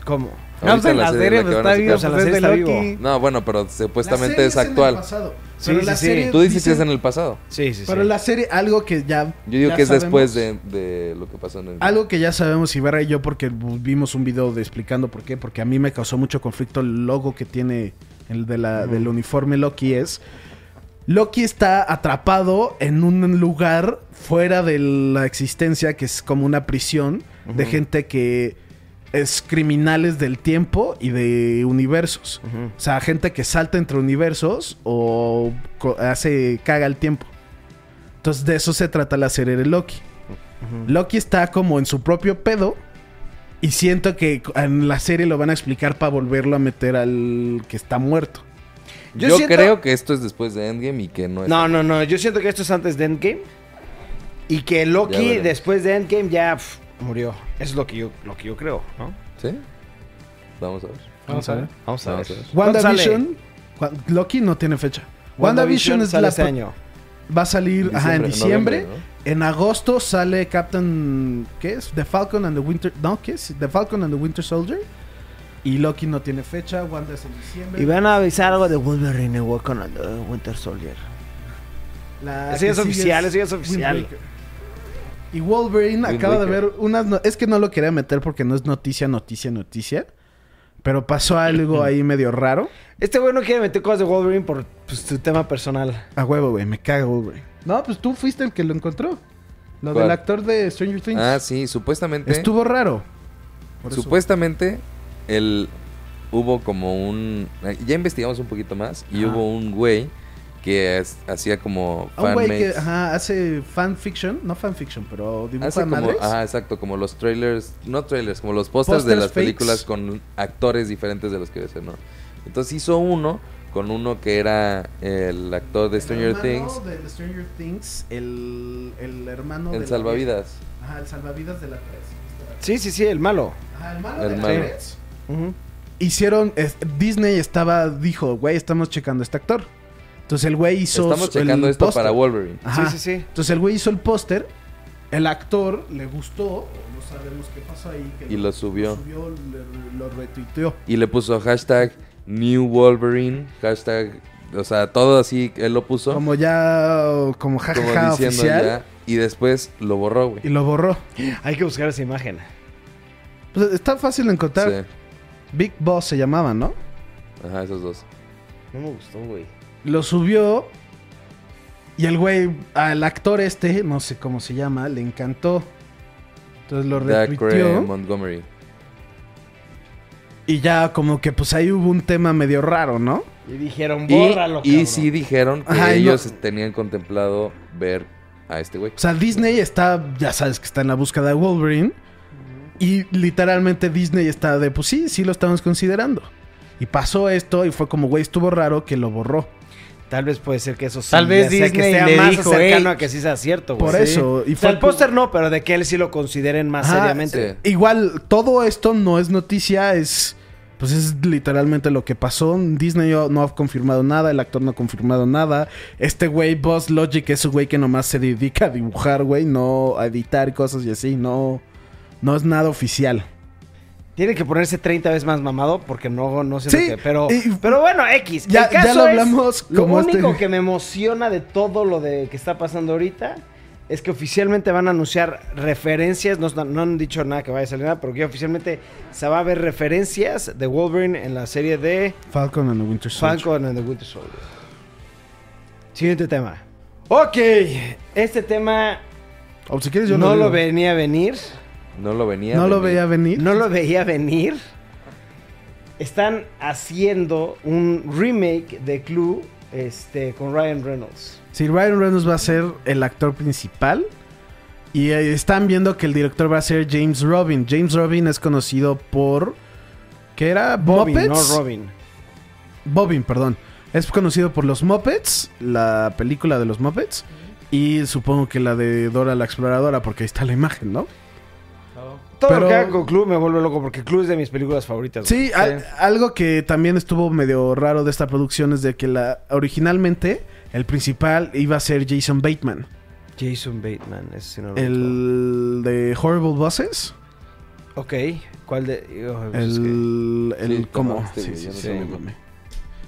S1: ¿Cómo?
S4: No, pues
S2: Ahorita
S4: en la serie
S2: es la que
S4: pues,
S2: van
S4: está
S2: a sacar.
S4: vivo,
S1: O sea, la
S4: pues, es
S1: serie
S4: de
S1: está
S4: Loki.
S1: vivo.
S2: No, bueno, pero
S3: La
S2: supuestamente
S3: serie
S2: es
S3: en el
S2: actual.
S3: pasado,
S1: Sí,
S3: pero
S1: sí,
S3: la
S1: sí.
S3: serie
S2: Tú dices que es
S3: dicen-
S2: en el pasado.
S1: Sí, sí, sí.
S3: Pero la serie, algo que ya.
S2: Yo digo
S3: ya
S2: que es después
S3: sabemos.
S2: de, de lo que pasó en el...
S3: Algo que ya sabemos Ibarra y yo porque vimos un video de explicando por qué, porque a mí me causó mucho conflicto el logo que tiene el de la- del uniforme Loki es Loki está atrapado en un lugar fuera de la existencia que es como una prisión de gente que es criminales del tiempo y de universos.
S1: Ujú.
S3: O sea, gente que salta entre universos o co- hace caga el tiempo. Entonces de eso se trata la serie de Loki. Loki está como en su propio pedo. Y siento que en la serie lo van a explicar para volverlo a meter al que está muerto.
S2: Yo,
S1: Yo siento-
S2: creo que esto es después de Endgame y que no es...
S1: No, no, no. Yo siento que esto es antes de Endgame. Y que
S2: Ya
S1: Loki,
S2: veremos.
S1: después de Endgame, ya pf, murió. Eso es lo que yo, lo que yo creo, ¿no?
S2: ¿Sí? Vamos a ver.
S4: Vamos a ver.
S1: Vamos
S2: a ver.
S1: ¿Cuándo sale?
S3: WandaVision. Juan- Loki no tiene fecha. WandaVision es
S1: sale
S3: la
S1: este
S3: pro-
S1: año.
S3: Va a salir ajá, en
S2: Diciembre,
S3: diciembre.
S2: noviembre,
S3: En agosto sale Captain. ¿Qué es? The Falcon and the Winter. No, ¿qué es? The Falcon and the Winter Soldier. Y Loki no tiene fecha. Wanda es en diciembre.
S1: Y van a avisar algo de Wolverine con Winter Soldier.
S3: La
S1: Eso
S3: que
S1: ya es
S3: sigue
S1: oficial, eso ya es
S3: Wind
S1: oficial.
S3: Waker. Y Wolverine
S2: Wind
S3: acaba de
S2: Waker.
S3: ver unas... no- es que no lo quería meter porque no es noticia, noticia, noticia. Pero pasó [laughs] algo ahí medio raro.
S1: Este güey no quiere meter cosas de Wolverine por pues, su tema personal.
S3: A huevo, güey. Me cago, güey. No, pues tú fuiste el que lo encontró. Lo
S2: ¿Cuál?
S3: del actor de Stranger Things.
S2: Ah, sí, supuestamente.
S3: Estuvo raro. Por eso.
S2: Supuestamente el hubo como un eh, ya investigamos un poquito más y
S3: Ajá.
S2: hubo un güey que es- hacía como
S3: A un güey que
S2: fanmates.
S3: ajá, hace fanfiction. No fanfiction, pero dibuja
S2: Hace como,
S3: madres.
S2: ah, exacto, como los trailers, no trailers, como los pósters de
S3: Pósters
S2: las
S3: fakes.
S2: películas con actores diferentes de los que ves, ¿no? Entonces hizo uno con uno que era el actor de Stranger
S3: el hermano
S2: Things,
S3: de Stranger Things, el, el hermano de
S2: el
S3: la-
S2: salvavidas.
S3: Ajá, el salvavidas de la 3.
S1: Sí, sí, sí, el malo.
S3: Ajá, Ah, el malo
S2: El
S3: de la
S2: malo.
S3: tres.
S1: Ujú.
S3: Hicieron es- Disney estaba dijo, güey, estamos checando a este actor. Entonces el güey hizo
S2: Estamos
S3: el
S2: checando esto
S3: póster.
S2: para Wolverine.
S3: Ajá.
S1: Sí, sí, sí.
S3: Entonces el güey hizo el póster, el actor le gustó, o no sabemos qué pasó ahí que
S2: Y lo subió.
S3: Lo subió, le- lo retuiteó.
S2: y le puso hashtag New Wolverine, hashtag, o sea, todo así, él lo puso como,
S3: Como ya como jajaja
S2: diciendo
S3: oficial
S2: ya, y después lo borró,
S3: y
S2: güey.
S3: lo borró.
S1: [laughs] Hay que buscar esa imagen.
S3: Pues está fácil de encontrar.
S2: Sí,
S3: Big Boss se llamaba, ¿no?
S2: ajá, esos dos.
S1: No me gustó, güey.
S3: Lo subió y el güey, al actor este, no sé cómo se llama, le encantó. Entonces lo
S2: Dacre
S3: retuiteó
S2: Montgomery.
S3: y ya como que pues ahí hubo un tema medio raro, ¿no?
S1: Y dijeron,
S2: Y,
S1: bórralo,
S2: y
S1: cabrón".
S2: sí dijeron que
S3: Ajá, y no-
S2: ellos tenían contemplado ver a este güey.
S3: O sea, Disney está, ya sabes que está en la búsqueda de Wolverine. Y literalmente Disney está de, pues sí, sí lo estamos considerando. Y pasó esto y fue como, güey, estuvo raro que lo borró.
S1: Tal vez puede ser que eso sí.
S4: Tal vez
S1: ya sea
S4: Disney
S1: que esté
S4: le
S1: más
S4: dijo,
S1: cercano
S4: "Ey".
S1: a que sí sea cierto, güey.
S3: Por eso, y
S1: Y fue
S3: fue-
S1: el póster no, pero de que él sí lo consideren más
S3: Ajá,
S1: seriamente.
S2: sí.
S3: Igual, todo esto no es noticia, es. Pues es literalmente lo que pasó. Disney no ha confirmado nada, el actor no ha confirmado nada. Este güey, Boss Logic, es un güey que nomás se dedica a dibujar, güey, no a editar cosas y así, no. No es nada oficial.
S1: Tiene que ponerse 30 veces más mamado porque no, no sé
S3: Sí,
S1: qué. Pero,
S3: y-
S1: pero bueno, X.
S3: Ya-
S1: el caso
S3: ya lo
S1: es,
S3: hablamos
S1: lo
S3: como este-
S1: único que me emociona de todo lo de que está pasando ahorita es que oficialmente van a anunciar referencias. No, no han dicho nada que vaya a salir nada, pero que oficialmente se va a ver referencias de Wolverine en la serie de
S3: Falcon and the Winter Soldier.
S1: Falcon and the Winter Soldier. Siguiente tema. Ok, este tema
S3: O Oh, si quieres, yo
S1: no lo
S3: digo.
S1: venía a venir.
S2: No lo venía.
S3: No lo
S2: venir.
S3: veía venir.
S1: No lo veía venir. Están haciendo un remake de Clue este, con Ryan Reynolds.
S3: Si Ryan Reynolds va a ser el actor principal. Y eh, están viendo que el director va a ser James Robin. James Robin es conocido por. ¿Qué era?
S1: Bobin,
S3: Muppets.
S1: no Robin.
S3: Bobin, perdón. Es conocido por los Muppets, la película de los Muppets. Y supongo que la de Dora la Exploradora, porque ahí está la imagen, ¿no?
S1: Todo
S3: Pero-
S1: lo que hago con Clue me vuelve loco porque Clue es de mis películas favoritas. güey.
S3: Sí, al- algo que también estuvo medio raro de esta producción es de que la originalmente el principal iba a ser Jason Bateman.
S1: Jason Bateman, ese sí no lo
S3: El de Horrible Bosses.
S1: recuerdo. Ok, ¿cuál de...? oh, pues es que-
S3: El. el
S2: Sí,
S3: ¿Cómo?
S2: tomaste,
S3: Sí,
S2: güey,
S3: sí,
S2: yo no
S3: sí,
S2: tengo
S3: mami.
S2: idea.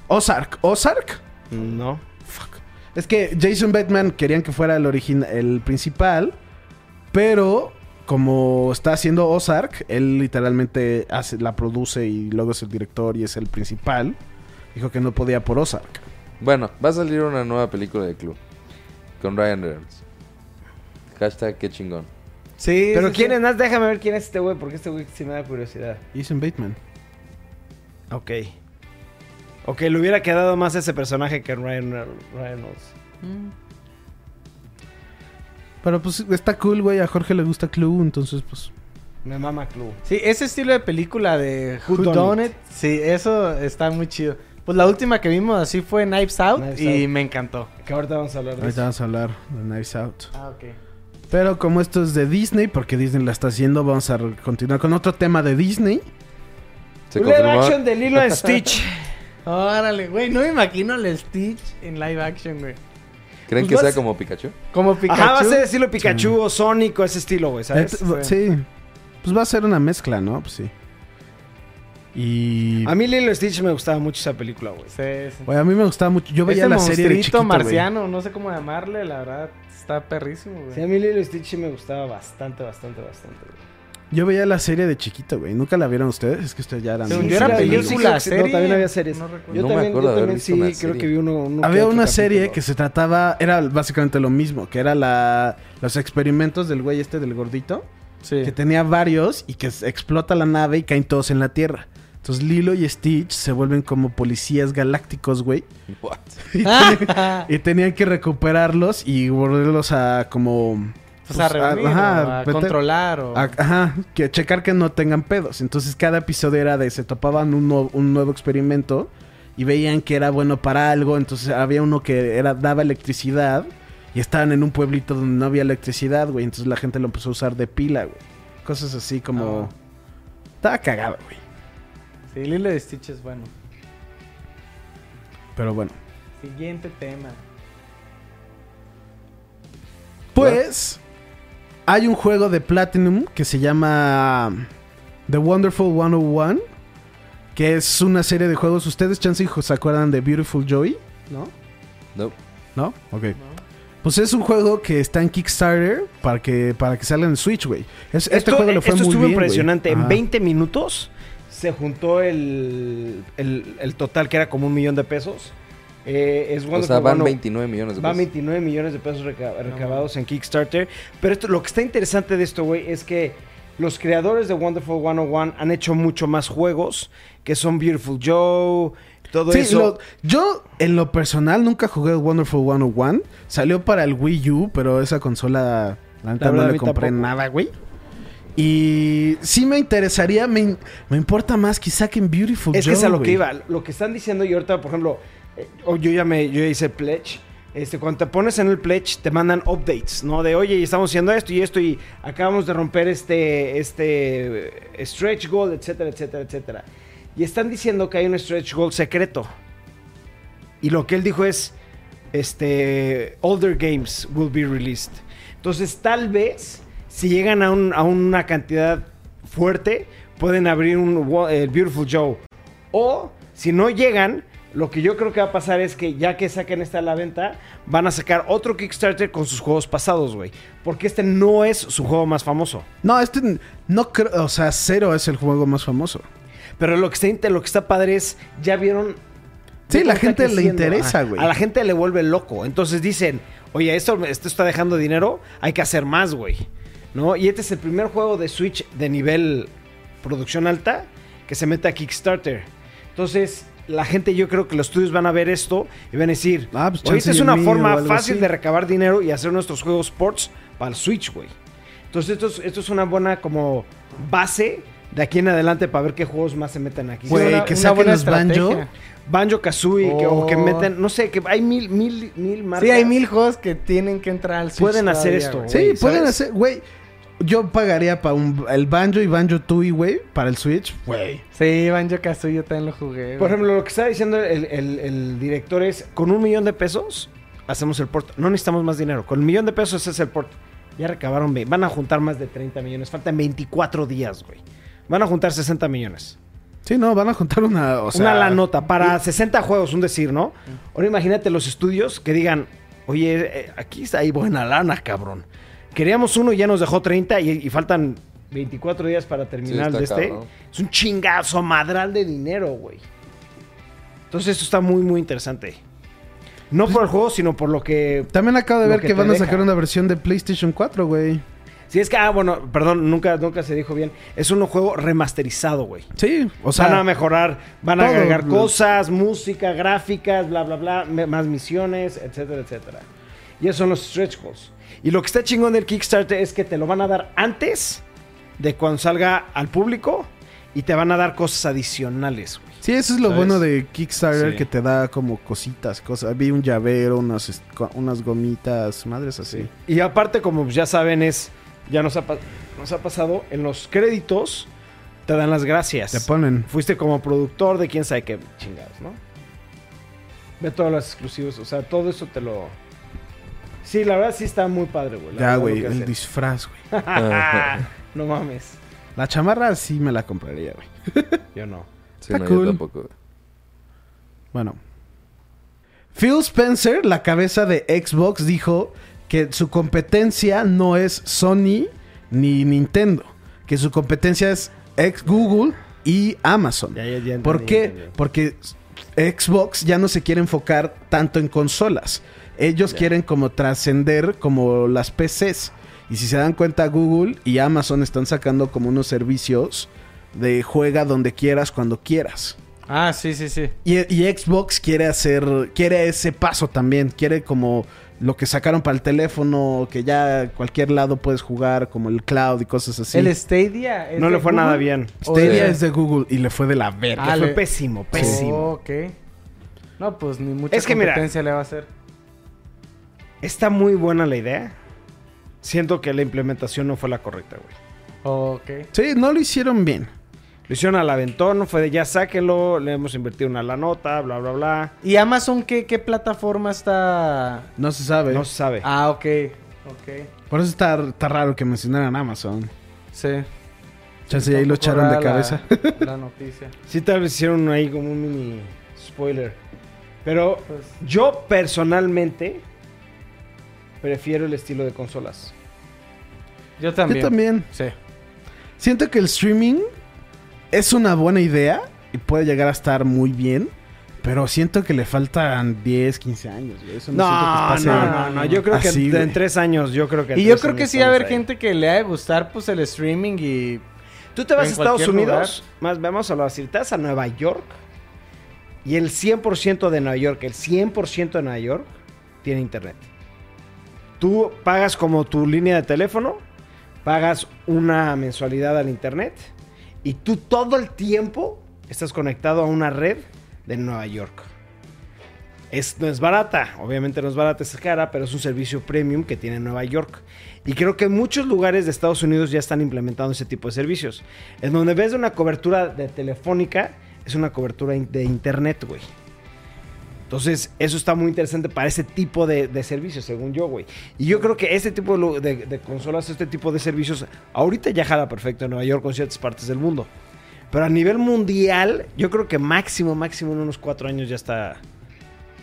S3: Ozark. ¿Ozark?
S1: mm, No.
S3: Fuck. Es que Jason Bateman querían que fuera el, origin el principal. Pero como está haciendo Ozark, él literalmente hace, la produce y luego es el director y es el principal. Dijo que no podía por Ozark.
S2: Bueno, va a salir una nueva película de club con Ryan Reynolds. Hashtag qué chingón.
S4: Sí.
S1: Pero
S4: sí,
S1: quién
S4: sí.
S1: es, Naz? déjame ver quién es este güey, porque este güey sí me da curiosidad.
S3: Jason Bateman.
S1: Ok. Ok, le hubiera quedado más ese personaje que Ryan Re- Reynolds.
S4: Mm.
S3: Pero pues está cool, güey. A Jorge le gusta Clue, entonces pues.
S1: Me mama Clue.
S4: Sí, ese estilo de película de
S1: Who
S4: Who,
S1: Done
S4: Done
S1: It?
S4: It? Sí, eso está muy chido. Pues la última que vimos así fue Knives Out
S1: Knives
S4: y
S1: Out.
S4: me encantó.
S1: Que ahorita vamos a hablar de
S3: Ahorita
S1: eso.
S3: vamos a hablar de Knives Out.
S4: Ah, ok.
S3: Pero como esto es de Disney, porque Disney la está haciendo, vamos a re- continuar con otro tema de Disney.
S2: Se
S1: Live
S2: confirmó.
S1: action de
S3: [laughs]
S1: Lilo and Pues, Stitch.
S4: Órale, güey, no me imagino el Stitch en live action, güey.
S2: ¿Creen
S4: Pues
S2: que
S4: vas-
S2: sea como Pikachu? [laughs]
S4: Como Pikachu.
S1: Ajá, va a ser estilo Pikachu o Sonic o ese estilo, güey, ¿sabes?
S3: Et- sí. Pues va a ser una mezcla, ¿no? Pues sí. Y.
S1: A mí Lilo Stitch me gustaba mucho esa película, güey.
S4: Sí, sí.
S3: Güey, a mí me gustaba mucho. Yo veía
S4: Ese
S3: la serie de
S4: monstruito
S3: chiquito, güey.
S4: marciano, no sé cómo llamarle, la verdad, está perrísimo, güey.
S1: Sí, a mí Lilo Stitch sí me gustaba bastante, bastante, bastante. güey.
S3: Yo veía la serie de chiquito, güey. ¿Nunca la vieron ustedes? Es que ustedes ya eran.
S4: Según
S3: muy
S4: yo era
S1: la-
S3: grandes.
S1: sí creo
S4: película,
S1: que sí- no, también
S4: serie,
S1: había series.
S4: no recuerdo.
S1: yo
S2: No me
S1: también,
S2: acuerdo
S1: yo
S2: de haber
S1: también
S2: visto
S1: sí,
S2: una
S1: creo
S2: serie.
S1: que vi uno. uno que
S3: Había
S1: otro
S3: una
S1: capítulo.
S3: serie que se trataba. Era básicamente lo mismo. Que era la, los experimentos del güey este del gordito.
S4: Sí.
S3: que tenía varios y que s- explota la nave y caen todos en la Tierra. Entonces Lilo y Stitch se vuelven como policías galácticos, güey.
S2: What?
S4: [laughs]
S3: Y, ten- y tenían que recuperarlos y volverlos a como... [laughs]
S4: Pues a
S3: pues, a-
S4: reunir, o
S3: ajá,
S4: a
S3: vete- Ah.
S4: controlar, o...
S3: a- ajá, que checar que no tengan pedos. Entonces cada episodio era de se topaban un, nuevo- un nuevo experimento y veían que era bueno para algo. Entonces había uno que era daba electricidad y estaban en un pueblito donde no había electricidad, güey. Entonces la gente lo empezó a usar de pila, güey. Cosas así
S4: Ah.
S3: como... Estaba cagado, güey.
S4: Sí, Lilo de Stitch es bueno.
S3: Pero bueno.
S4: Siguiente tema.
S3: Pues hay un juego de Platinum que se llama The Wonderful 101, que es una serie de juegos. Ustedes, chance, hijo, se acuerdan de Beautiful Joy, ¿no?
S2: No.
S3: ¿No? Ok. Pues es un juego que está en Kickstarter para que, para que salga en Switch, güey. Es- este
S1: Esto-
S3: juego le fue
S1: esto
S3: muy
S1: estuvo
S3: bien, güey.
S1: impresionante. En
S3: Ajá.
S1: 20 minutos se juntó el, el, el total que era como un millón de pesos. Eh, es
S2: O
S1: Wonderful
S2: sea, van
S1: 101.
S2: 29 millones de
S1: Va
S2: pesos.
S1: 29 millones de pesos reca- recabados en Kickstarter. Pero esto, lo que está interesante de esto, güey, es que los creadores de Wonderful 101 han hecho mucho más juegos, que son Beautiful Joe, todo
S3: Sí,
S1: eso.
S3: lo- yo en lo personal nunca jugué Wonderful 101. Salió para el Wii U, pero esa consola la neta,
S1: La verdad,
S3: no
S1: a
S3: le
S1: mí
S3: compré
S1: tampoco.
S3: nada, güey. Y sí me interesaría, me, in- me importa más quizá que en Beautiful
S1: Es que es
S3: Joe,
S1: a lo
S3: güey.
S1: que iba. Lo que están diciendo y ahorita, por ejemplo, eh, o yo ya me yo ya hice pledge. Este, cuando te pones en el pledge, te mandan updates, ¿no? De, oye, estamos haciendo esto y esto y acabamos de romper este, este eh, stretch goal, etcétera, etcétera, etcétera. Y están diciendo que hay un stretch goal secreto. Y lo que él dijo es, este, older games will be released. Entonces, tal vez, si llegan a, un- a una cantidad fuerte, pueden abrir un wo- eh, Beautiful Joe. O, si no llegan, lo que yo creo que va a pasar es que ya que saquen esta a la venta, van a sacar otro Kickstarter con sus juegos pasados, güey. Porque este no es su juego más famoso.
S3: No, este n- no creo, o sea, Zero es el juego más famoso.
S1: Pero lo que está, inter- lo que está padre es, ya vieron...
S3: Sí,
S1: ve
S3: la
S1: cómo está
S3: gente le
S1: creciendo.
S3: interesa,
S1: Ajá.
S3: güey.
S1: A la gente le vuelve loco. Entonces dicen, oye, esto, esto está dejando dinero, hay que hacer más, güey. ¿No? Y este es el primer juego de Switch de nivel producción alta que se mete a Kickstarter. Entonces, la gente, yo creo que los estudios van a ver esto y van a decir,
S3: Ah, pues,
S1: oye,
S3: chance
S1: esta es
S3: y el
S1: una
S3: mío o
S1: forma
S3: algo
S1: fácil
S3: así".
S1: de recabar dinero y hacer nuestros juegos ports para el Switch, güey. Entonces, esto es, esto es una buena como base de aquí en adelante para ver qué juegos más se meten aquí.
S3: Güey,
S4: Una-
S3: que
S4: una
S3: saquen
S4: buena
S3: los Banjo.
S4: estrategia.
S1: Banjo Kazooie que- o que
S4: Oh.
S1: meten, no sé, que hay mil, mil, mil marcas.
S4: Sí, hay mil juegos que tienen que entrar al Switch
S1: Pueden hacer
S4: todavía,
S1: esto,
S4: güey.
S3: Sí,
S1: güey,
S3: pueden
S1: ¿sabes?
S3: hacer, güey. Yo pagaría para un, el Banjo y Banjo Tui, güey, para el Switch, güey.
S4: Sí, Banjo Kazooie yo también lo jugué.
S1: Por
S4: güey.
S1: ejemplo, lo que está diciendo el, el- el director es, con un millón de pesos hacemos el port. No necesitamos más dinero. Con un millón de pesos es el port. Ya recabaron, ve- van a juntar más de 30 millones. Faltan 24 días, güey. Van a juntar 60 millones.
S3: Sí, no, van a juntar una, o sea,
S1: una la nota para 60 juegos, un decir, ¿no? Ahora imagínate los estudios que digan, oye, eh, aquí está ahí buena lana, cabrón. Queríamos uno y ya nos dejó 30 y, y faltan 24 días para terminar
S2: Sí, está
S1: de este.
S2: cabrón.
S1: Es un chingazo madral de dinero, güey. Entonces esto está muy, muy interesante. No por el juego, sino por lo que...
S3: También acabo de
S1: Lo
S3: ver
S1: que
S3: que,
S1: te
S3: van a
S1: deja.
S3: sacar una versión de PlayStation 4, güey.
S1: Si es que, ah, bueno, perdón, nunca, nunca se dijo bien. Es un juego remasterizado, güey.
S3: Sí, o
S1: van a mejorar, van a
S3: todo
S1: agregar
S3: lo-
S1: cosas, música, gráficas, bla, bla, bla, me- más misiones, etcétera, etcétera. Y esos son los stretch goals. Y lo que está chingón del Kickstarter es que te lo van a dar antes de cuando salga al público y te van a dar cosas adicionales, güey.
S3: Sí, eso es lo
S2: ¿Sabes?
S3: bueno de Kickstarter
S2: Sí.
S3: que te da como cositas, cosas. Vi un llavero, unas, est- co- unas gomitas, madres así.
S1: Y aparte, como ya saben, es ya nos ha, pa- nos ha pasado, en los créditos te dan las gracias.
S3: Te ponen.
S1: Fuiste como productor de quién sabe qué chingados, ¿no? Ve todos los exclusivos, o sea, todo eso te lo... Sí, la verdad sí está muy padre, güey. la
S3: Ya,
S1: verdad,
S3: güey,
S1: lo que [laughs]
S3: el
S1: hacen. Ah,
S3: disfraz, güey.
S1: no mames,
S3: La chamarra sí me la compraría, güey.
S1: yo no.
S2: Sí,
S3: Está
S2: no,
S3: Ah, cool.
S2: yo tampoco.
S3: Bueno. Phil Spencer, la cabeza de Xbox, dijo que su competencia no es Sony ni Nintendo. Que su competencia es ex Google y Amazon.
S1: Ya, ya, ya
S3: ¿Por
S1: entendí,
S3: qué?
S1: entendí.
S3: Porque Xbox ya no se quiere enfocar tanto en consolas. Ellos quieren como trascender como las PCs. Y si se dan cuenta, Google y Amazon están sacando como unos servicios de juega donde quieras, cuando quieras.
S4: Ah, sí, sí, sí.
S3: Y, y Xbox quiere hacer, quiere ese paso también, quiere como lo que sacaron para el teléfono, que ya cualquier lado puedes jugar, como el cloud y cosas así.
S4: El Stadia. es
S1: No
S4: de
S1: le fue
S4: Este, Google?
S1: nada bien. Ah,
S3: Stadia
S2: Sí.
S3: es de Google y le fue de la verga.
S1: Que fue
S4: le-
S1: pésimo, pésimo.
S4: Oh, ok. No, pues ni mucha
S1: Es que mira-
S4: competencia le va a hacer.
S1: Está muy buena la idea. Siento que la implementación no fue la correcta, güey.
S4: Ok.
S3: Sí, no lo hicieron bien.
S1: Lo hicieron al aventón, fue de ya sáquelo, le hemos invertido una la nota, bla, bla, bla.
S4: ¿Y Amazon qué, qué plataforma está?
S3: No se sabe.
S1: No se sabe.
S4: Ah, ok. Ok.
S3: Por eso está, está raro que mencionaran Amazon.
S4: Sí.
S3: Chance, y ahí lo
S4: Tampoco
S3: echaron de
S4: da la-
S3: cabeza.
S4: La noticia.
S1: Sí, tal vez hicieron ahí como un mini spoiler. Pero
S4: Pues-
S1: yo personalmente prefiero el estilo de consolas.
S4: Yo también.
S3: Yo también.
S4: Sí.
S3: Siento que el streaming es una buena idea y puede llegar a estar muy bien. Pero siento que le faltan 10, 15 años. güey. Eso no,
S1: No, no,
S3: siento que
S1: no,
S3: pase
S1: no, Yo creo que
S3: así,
S1: en,
S3: güey.
S1: tres años, yo creo que. en
S4: Y yo
S1: tres
S4: creo que
S1: años
S4: sí va a haber
S1: estamos ahí.
S4: gente que le ha de gustar pues el streaming y
S1: Tú te vas a
S4: en
S1: Estados
S4: cualquier
S1: Unidos, más vamos a lo así, te vas a Nueva York y el 100% de Nueva York, el 100% de Nueva York tiene internet. Tú pagas como tu línea de teléfono, pagas una mensualidad al internet y tú todo el tiempo estás conectado a una red de Nueva York. Es, no es barata, obviamente no es barata, es cara, pero es un servicio premium que tiene Nueva York. Y creo que muchos lugares de Estados Unidos ya están implementando ese tipo de servicios. En donde ves una cobertura de telefónica, es una cobertura in- de internet, güey. Entonces, eso está muy interesante para ese tipo de, de servicios, según yo, güey. Y yo creo que este tipo de, lu- de- de consolas, este tipo de servicios, ahorita ya jala perfecto en Nueva York con ciertas partes del mundo. Pero a nivel mundial, yo creo que máximo, máximo en unos cuatro años ya está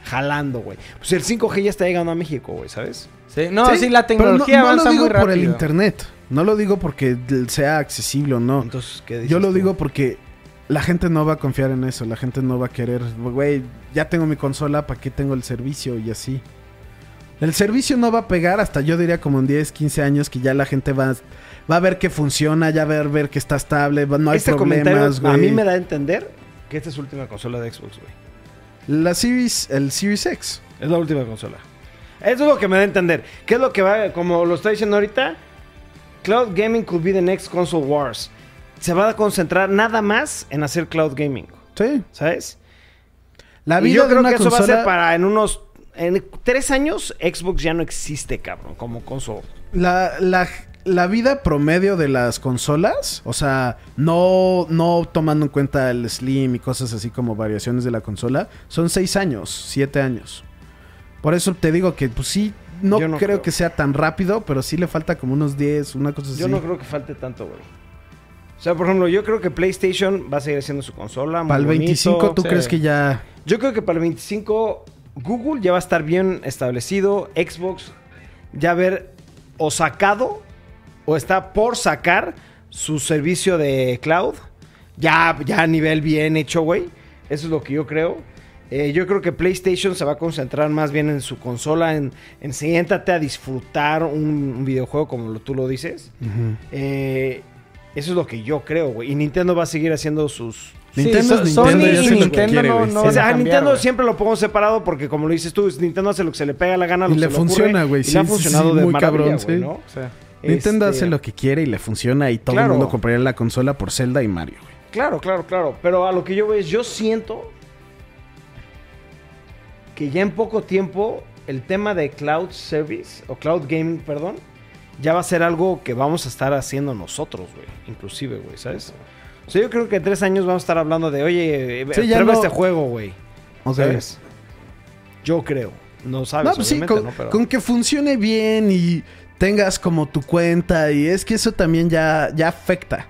S1: jalando, güey. Pues el 5G ya está llegando a México, güey, ¿sabes?
S4: Sí, no, sí,
S3: Sí,
S4: la
S3: pero no-
S4: tecnología
S3: no,
S4: avanza
S3: lo digo
S4: muy rápido.
S3: por el internet. No lo digo porque del- sea accesible o no.
S1: Entonces, ¿qué dices
S3: Yo lo
S1: tú?
S3: digo porque la gente no va a confiar en eso. La gente no va a querer, güey, ya tengo mi consola, ¿para qué tengo el servicio? Y así. El servicio no va a pegar hasta yo diría como en 10, 15 años que ya la gente va, va a ver que funciona, ya va a ver que está estable, va- no hay
S1: este
S3: problemas,
S1: comentario a
S3: güey.
S1: mí me da a entender que esta es su última consola de Xbox, güey.
S3: La Series, el Series X.
S1: Es la última consola. Eso es lo que me da a entender. ¿Qué es lo que va, como lo está diciendo ahorita? Cloud Gaming could be the next console wars. Se va a concentrar nada más en hacer cloud gaming,
S3: Sí.
S1: ¿sabes?
S3: La
S1: Y
S3: vida
S1: yo
S3: de
S1: creo
S3: una
S1: que eso va a
S3: consola-
S1: ser para en unos... En tres años, Xbox ya no existe, cabrón, como console.
S3: La, la, la vida promedio de las consolas, o sea, no, no tomando en cuenta el Slim y cosas así como variaciones de la consola, son 6 años, 7 años. Por eso te digo que, pues sí, no,
S1: Yo no
S3: creo,
S1: creo.
S3: que sea tan rápido, pero sí le falta como unos 10, una cosa así.
S1: Yo no creo que falte tanto, güey. O sea, por ejemplo, yo creo que PlayStation va a seguir haciendo su consola. muy
S3: Para el
S1: bonito.
S3: 25, ¿tú
S4: sí.
S3: crees que ya...?
S1: Yo creo que para el 25 Google ya va a estar bien establecido, Xbox ya haber o sacado o está por sacar su servicio de cloud, ya, ya a nivel bien hecho, güey. Eso es lo que yo creo. Eh, yo creo que PlayStation se va a concentrar más bien en su consola, en, en siéntate a disfrutar un, un videojuego como lo- tú lo dices. Eh, eso es lo que yo creo, güey. Y Nintendo va a seguir haciendo sus,
S3: Nintendo
S4: so-
S3: es
S4: Sony
S3: Nintendo, ya
S4: y
S3: sé lo que
S4: Nintendo
S3: quiere,
S4: no-
S3: güey.
S4: no
S1: o
S4: van a
S1: sea, a
S4: cambiar,
S1: Nintendo
S4: güey.
S1: siempre lo pongo separado porque, como lo dices tú, es- Nintendo hace lo que se le pega la gana. lo
S3: Y
S1: que
S3: le
S1: se
S3: funciona,
S1: ocurre,
S3: güey.
S1: Y
S3: Sí,
S1: le ha
S3: sí, sí,
S1: funcionado de
S3: muy
S1: maravilla,
S3: cabrón,
S1: güey,
S3: sí.
S1: ¿no?
S4: O sea,
S3: Nintendo
S1: Este,
S3: hace lo que quiere y le funciona y todo
S1: Claro.
S3: el mundo compraría la consola por Zelda y Mario. güey.
S1: Claro, claro, claro. Pero a lo que yo veo es, yo siento que ya en poco tiempo el tema de cloud service o cloud gaming, perdón, ya va a ser algo que vamos a estar haciendo nosotros, güey. Inclusive, güey, ¿sabes? O sea, yo creo que en tres años vamos a estar hablando de, oye, eh,
S3: Sí, ya
S1: prueba
S3: no-
S1: este juego, güey.
S3: Ok.
S1: ¿Sabes? Yo creo. No sabes,
S3: No, pues sí,
S1: obviamente,
S3: con,
S1: ¿no? Pero-
S3: con que funcione bien y tengas como tu cuenta y es que eso también ya, ya afecta.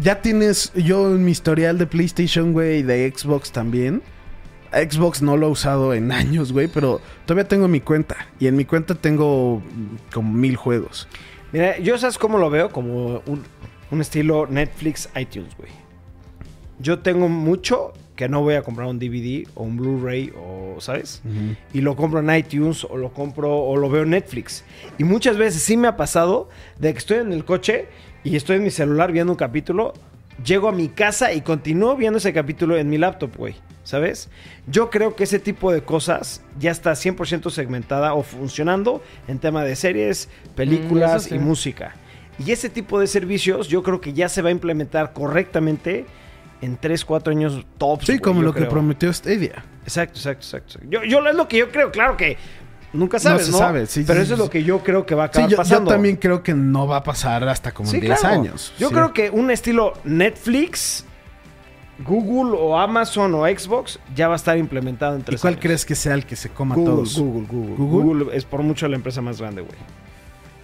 S3: ya tienes, yo en mi historial de PlayStation, güey, y de Xbox también. Xbox no lo he usado en años, güey, pero todavía tengo mi cuenta. Y en mi cuenta tengo mm, como mil juegos.
S1: Mira, yo sabes cómo lo veo, como un, un estilo Netflix, iTunes, güey. Yo tengo mucho que no voy a comprar un DVD o un Blu-ray o, ¿sabes? Y lo compro en iTunes o lo compro o lo veo en Netflix. Y muchas veces sí me ha pasado de que estoy en el coche y estoy en mi celular viendo un capítulo, llego a mi casa y continúo viendo ese capítulo en mi laptop, güey, ¿sabes? Yo creo que ese tipo de cosas ya está 100% segmentada o funcionando en tema de series, películas
S4: Mm, eso
S1: y
S4: sí.
S1: música. Y ese tipo de servicios yo creo que ya se va a implementar correctamente en 3, 4 años tops.
S3: Sí,
S1: güey,
S3: como
S1: Pues yo
S3: lo que
S1: creo.
S3: prometió Stadia.
S1: Exacto, exacto, exacto. Yo, yo es lo que yo creo, claro que nunca sabes,
S3: se
S1: ¿no?
S3: sabe, sí,
S1: Pero
S3: sí,
S1: eso es
S3: sí.
S1: lo que yo creo que va a
S3: Sí,
S1: acabar
S3: yo, yo
S1: pasando.
S3: también creo que no va a pasar hasta como
S1: Sí,
S3: en 10
S1: claro.
S3: años.
S1: Yo creo que un estilo Netflix, Google o Amazon o Xbox ya va a estar implementado en
S3: ¿Y
S1: tres
S3: cuál
S1: años.
S3: crees que sea el que se coma
S1: Google,
S3: a todos?
S1: Google, Google,
S3: ¿Google?
S1: Google es por mucho la empresa más grande, güey.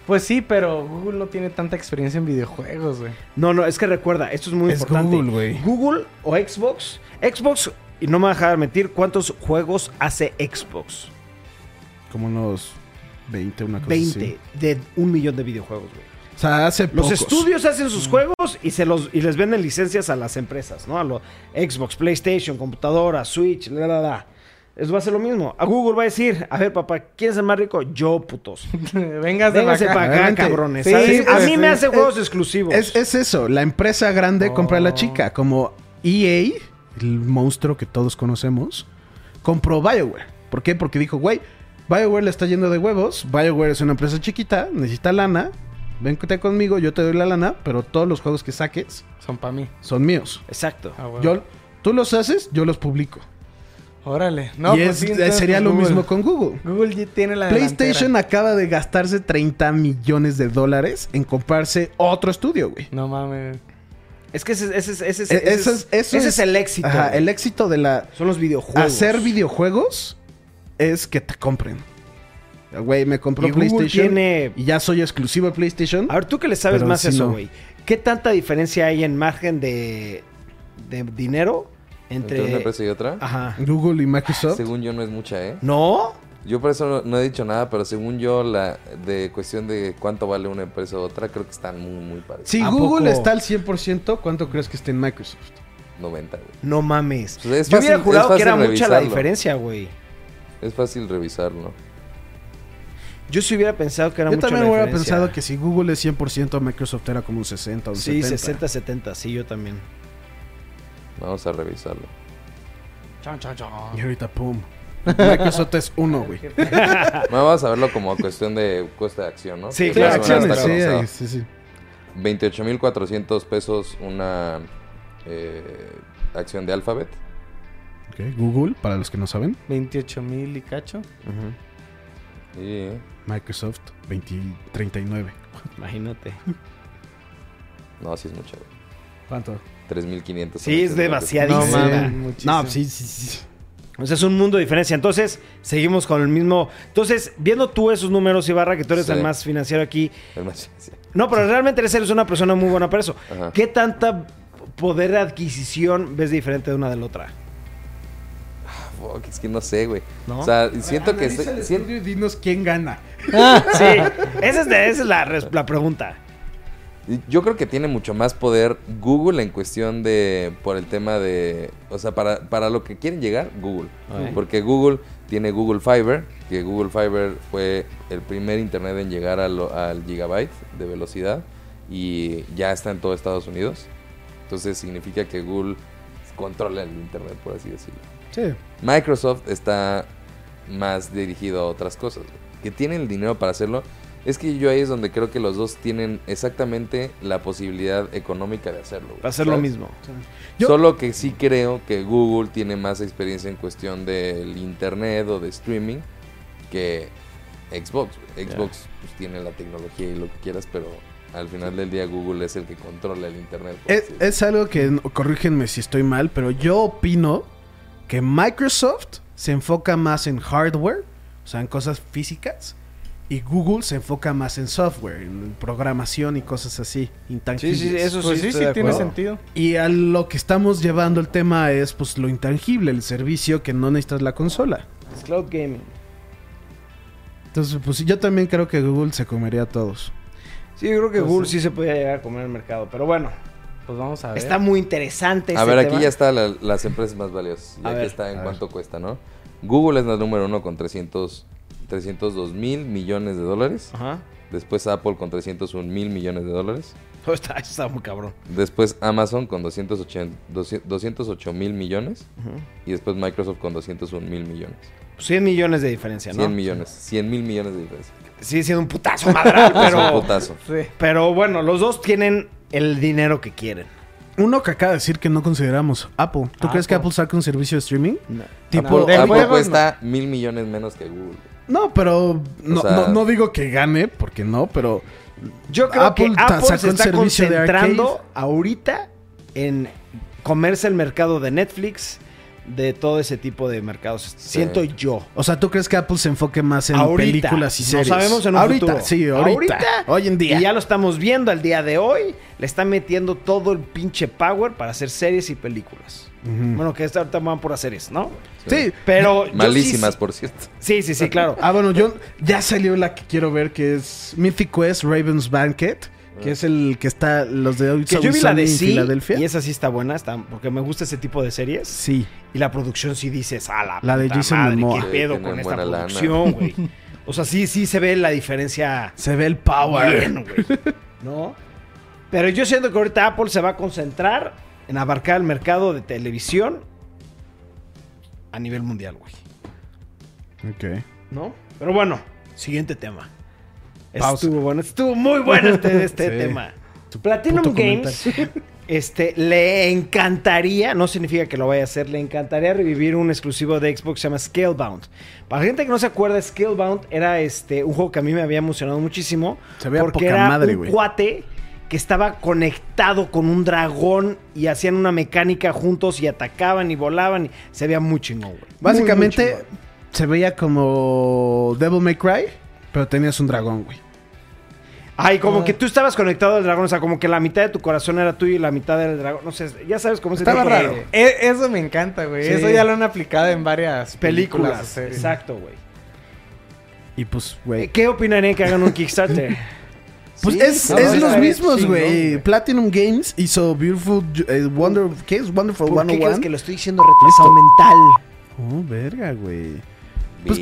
S4: Pues sí, pero Google no tiene tanta experiencia en videojuegos, güey. [laughs]
S1: No, no, es que recuerda, esto es muy
S3: Es
S1: importante.
S3: Google, güey.
S1: Google o Xbox. Xbox, y no me va a dejar mentir, ¿cuántos juegos hace Xbox?
S3: Como unos 20, una cosa
S1: 20
S3: así.
S1: de un millón de videojuegos, güey.
S3: O sea, hace
S1: Los
S3: pocos. Mm.
S1: estudios hacen sus juegos y se los y les venden licencias a las empresas, ¿no? A los Xbox, PlayStation, computadora, Switch, la la la. Es va a ser lo mismo. A Google va a decir, a ver, papá, ¿quién es el más rico? Yo,
S3: [laughs]
S1: putos.
S4: Vengas de
S1: Vénganse
S4: acá.
S1: para acá,
S3: Adelante.
S1: cabrones.
S4: Sí,
S1: ¿sabes? a
S4: pues,
S1: mí me
S4: sí.
S1: hacen juegos
S3: Es-
S1: exclusivos.
S3: Es, es eso, la empresa grande compra a la
S4: Oh.
S3: chica, como EA, el monstruo que todos conocemos, compró BioWare. ¿Por qué? Porque dijo, güey, BioWare le está yendo de huevos, BioWare es una empresa chiquita, necesita lana, vente conmigo, yo te doy la lana, pero todos los juegos que saques
S4: Son para mí.
S3: son míos.
S1: Exacto.
S4: Ah, bueno.
S3: Yo, tú los haces, yo los publico.
S4: Órale. No,
S3: y
S4: pues
S3: es-
S4: sí, entonces,
S3: sería
S4: pues,
S3: lo
S4: Google.
S3: mismo con Google.
S4: Google ya tiene la
S3: PlayStation
S4: delantera.
S3: acaba de gastarse 30 millones de dólares en comprarse otro estudio, güey.
S4: No mames.
S1: Es que ese, ese, ese, ese,
S3: E-
S1: ese
S3: eso
S1: es,
S3: es-
S1: ese
S3: eso es-
S1: es el éxito.
S3: Ajá,
S1: güey.
S3: el éxito de la
S1: Son los videojuegos.
S3: hacer videojuegos es que te compren. Güey, me compró
S1: Y Google
S3: PlayStation
S1: tiene-
S3: y ya soy exclusivo de PlayStation.
S1: A ver, tú que le sabes
S3: Pero
S1: más
S3: sí
S1: eso,
S3: no.
S1: güey. ¿Qué tanta diferencia hay en margen de, de dinero entre...
S2: Entre una empresa y otra.
S3: Ah,
S1: Ajá.
S3: Google y
S1: Ah,
S3: Microsoft.
S2: Según yo no es mucha, ¿eh?
S1: ¿No?
S2: Yo por eso no, no he dicho nada, pero según yo la de cuestión de cuánto vale una empresa u otra, creo que están muy, muy parecidos.
S3: Si
S1: ¿A
S3: Google
S1: poco?
S3: está al 100%, ¿cuánto crees que esté en Microsoft?
S2: 90, güey.
S1: No mames.
S2: Pues es
S1: Yo
S2: fácil-
S1: hubiera jurado
S2: es
S1: que era
S2: fácil
S1: mucha la
S2: revisarlo.
S1: diferencia, güey.
S2: Es fácil revisarlo.
S1: Yo sí hubiera pensado que era
S3: Yo
S1: mucha
S3: también
S1: la
S3: hubiera
S1: diferencia.
S3: pensado que si Google es 100%, Microsoft era como un 60 o un
S1: Sí,
S3: 70.
S1: 60, 70, sí, yo también.
S2: Vamos a revisarlo.
S4: Chon, chon, chon.
S3: Y ahorita, pum. Microsoft es uno,
S2: [laughs]
S3: güey.
S2: No, vamos a verlo como cuestión de cuesta de acción, ¿no?
S1: Ah. Sí,
S2: Que
S1: claro,
S2: más o menos
S1: acciones,
S2: está
S3: sí,
S2: como, o sea,
S3: ahí, sí, sí.
S2: 28.400 pesos una eh, acción de Alphabet.
S3: Ok, Google, para los que no saben,
S4: 28 mil y cacho.
S2: Y
S3: Microsoft 20, 39.
S1: Imagínate.
S2: no, sí es mucho. güey.
S3: ¿Cuánto?
S2: 3.500.
S1: Sí, es demasiadísimo.
S4: No
S3: Sí.
S4: mames.
S3: No,
S4: muchísimo.
S3: sí, sí, sí.
S1: O sea, es un mundo de diferencia. Entonces, seguimos con el mismo. Entonces, viendo tú esos números, Ibarra, que tú eres
S2: Sí.
S1: el más financiero aquí.
S2: Demasiado.
S1: No, pero realmente eres eres una persona muy buena para eso.
S2: Ajá.
S1: ¿Qué tanta poder de adquisición ves diferente de una de la otra?
S2: Fuck, es que no sé, güey.
S1: ¿No?
S2: O sea, siento que
S3: Analiza
S2: estoy-
S3: el
S2: siento-
S3: estudio y dinos quién gana.
S1: Sí, esa es, la- esa es la, res- la pregunta.
S2: yo creo que tiene mucho más poder Google en cuestión de por el tema de, o sea, para para lo que quieren llegar Google,
S1: Ok.
S2: porque Google tiene Google Fiber, que Google Fiber fue el primer internet en llegar a lo- al gigabyte de velocidad y ya está en todo Estados Unidos. Entonces significa que Google controla el internet, por así decirlo.
S3: Sí.
S2: Microsoft está más dirigido a otras cosas. güey. Que tienen el dinero para hacerlo. Es que yo ahí es donde creo que los dos tienen exactamente la posibilidad económica de hacerlo. güey,
S1: Va a ser lo
S2: ¿sabes?
S1: mismo.
S3: Yo-
S2: Solo que sí creo que Google tiene más experiencia en cuestión del internet o de streaming que Xbox. güey. Xbox pues, tiene la tecnología y lo que quieras, pero al final del día Google es el que controla el internet. por
S3: Es,
S2: así decirlo.
S3: es algo que, corrígenme si estoy mal, pero yo opino que Microsoft se enfoca más en hardware, o sea, en cosas físicas, Y Google se enfoca más en software, en programación y cosas así,
S1: Sí,
S3: intangibles.
S1: sí, eso
S4: Pues
S1: sí,
S4: sí,
S1: estoy
S4: sí,
S1: de
S4: tiene
S1: acuerdo.
S4: sentido.
S3: Y a lo que estamos llevando el tema es pues lo intangible, el servicio que no necesitas la consola.
S1: Es cloud gaming.
S3: Entonces, pues yo también creo que Google se comería a todos.
S1: Sí, yo creo que
S4: Pues
S1: Google
S4: sí.
S1: sí se podía llegar a comer el mercado, pero bueno,
S4: Pues vamos a ver.
S1: está muy interesante.
S2: A
S1: este
S2: ver, aquí
S1: tema.
S2: ya está la- las empresas más valiosas. Y
S1: A
S2: aquí
S1: ver,
S2: está en
S1: a
S2: cuánto cuesta, ¿no? Google es la número uno con 300, 302 mil millones de dólares.
S1: Ajá. [laughs]
S2: Después Apple con 301 mil millones de dólares.
S1: Todo está, está muy cabrón.
S2: Después Amazon con 280, 200 208 mil millones. Y después Microsoft con 201 mil millones.
S1: 100 Pues millones de diferencia,
S2: 100
S1: ¿no?
S2: millones. 100 mil millones de diferencia.
S1: Sigue siendo un putazo madral,
S2: [laughs] Es un
S1: pero,
S2: putazo.
S4: Sí.
S1: pero bueno, los dos tienen el dinero que quieren.
S3: Uno que acaba de decir que no consideramos Apple. ¿Tú crees que
S4: Apple.
S3: Apple saca un servicio de streaming? Tipo,
S4: Apple. De
S2: Apple
S4: juegos,
S2: cuesta mil millones menos que Google.
S3: no, pero no,
S2: O sea-
S3: no, no digo que gane, porque no, pero
S1: Yo creo
S3: Apple
S1: que
S3: ta-
S1: Apple
S3: sacó
S1: se
S3: un
S1: está
S3: servicio de
S1: concentrando
S3: arcade.
S1: ahorita en comerse el mercado de Netflix, de todo ese tipo de mercados. Siento yo.
S3: O sea, ¿tú crees que Apple se enfoque más en
S1: Ahorita.
S3: películas y
S1: No
S3: series?
S1: sabemos en un
S3: ahorita,
S1: futuro.
S3: sí, ahorita,
S1: Ahorita.
S3: Hoy en día.
S1: Y ya lo estamos viendo al día de hoy. Le están metiendo todo el pinche power para hacer series y películas.
S3: Ujú.
S1: Bueno, que esta ahorita van por series, ¿no?
S3: Sí.
S1: Pero. yo sí-
S2: Malísimas, por cierto.
S1: Sí, sí, sí,
S3: [laughs]
S1: claro.
S3: Ah, bueno, yo ya salió la que quiero ver, que es Mythic Quest Raven's Banquet, que es el que está los de hoy
S1: Que yo vi la de sí.
S3: Filadelfia.
S1: Y esa sí está buena, está, porque me gusta ese tipo de series.
S3: Sí.
S1: Y la producción sí dices, a la,
S3: La de
S1: puta
S3: Jason
S1: madre,
S3: Momoa.
S1: ¿Qué
S2: Sí,
S1: pedo
S2: tienen
S1: con esta
S2: buena lana.
S1: producción, güey? O sea, sí, sí se ve la diferencia.
S3: Se ve el power.
S1: Bien, güey. ¿No? Pero yo siento que ahorita Apple se va a concentrar en abarcar el mercado de televisión a nivel mundial, güey.
S3: Ok.
S1: ¿No? Pero bueno, siguiente tema.
S3: Pausa.
S1: Estuvo bueno, estuvo muy bueno [laughs] este, este
S3: Sí.
S1: tema. Platinum
S3: puto
S1: Games este, le encantaría, no significa que lo vaya a hacer, le encantaría revivir un exclusivo de Xbox que se llama Scalebound. Para la gente que no se acuerda, Scalebound era este, un juego que a mí me había emocionado muchísimo.
S3: Se veía
S1: porque
S3: poca
S1: era
S3: madre,
S1: un
S3: güey.
S1: cuate que estaba conectado con un dragón y hacían una mecánica juntos y atacaban y volaban. y se veía muy chingón, güey. Muy, muy
S3: Básicamente
S1: chingón.
S3: se veía como Devil May Cry, pero tenías un dragón, güey.
S1: Ay,
S3: Ah.
S1: como que tú estabas conectado al dragón, o sea, como que la mitad de tu corazón era tuyo y la mitad del dragón. No sé, ya sabes cómo se
S3: Estaba raro.
S4: E- eso me encanta, güey.
S1: Sí.
S4: Eso ya lo han aplicado en varias películas. o
S1: Películas,
S4: series.
S1: exacto, güey.
S3: Y pues,
S1: Eh,
S3: güey.
S1: ¿Qué opinarían que hagan un
S3: [laughs]
S1: Kickstarter?
S3: Pues
S1: Sí,
S3: es,
S1: no,
S3: es
S1: sí,
S3: los
S1: está bien
S3: mismos,
S1: chingón,
S3: güey. Platinum Games hizo Beautiful, eh, Wonder, ¿qué es? Wonderful
S1: ¿Por qué
S3: 101.
S1: crees que lo estoy diciendo retrasado mental?
S3: Oh, verga, güey. Pues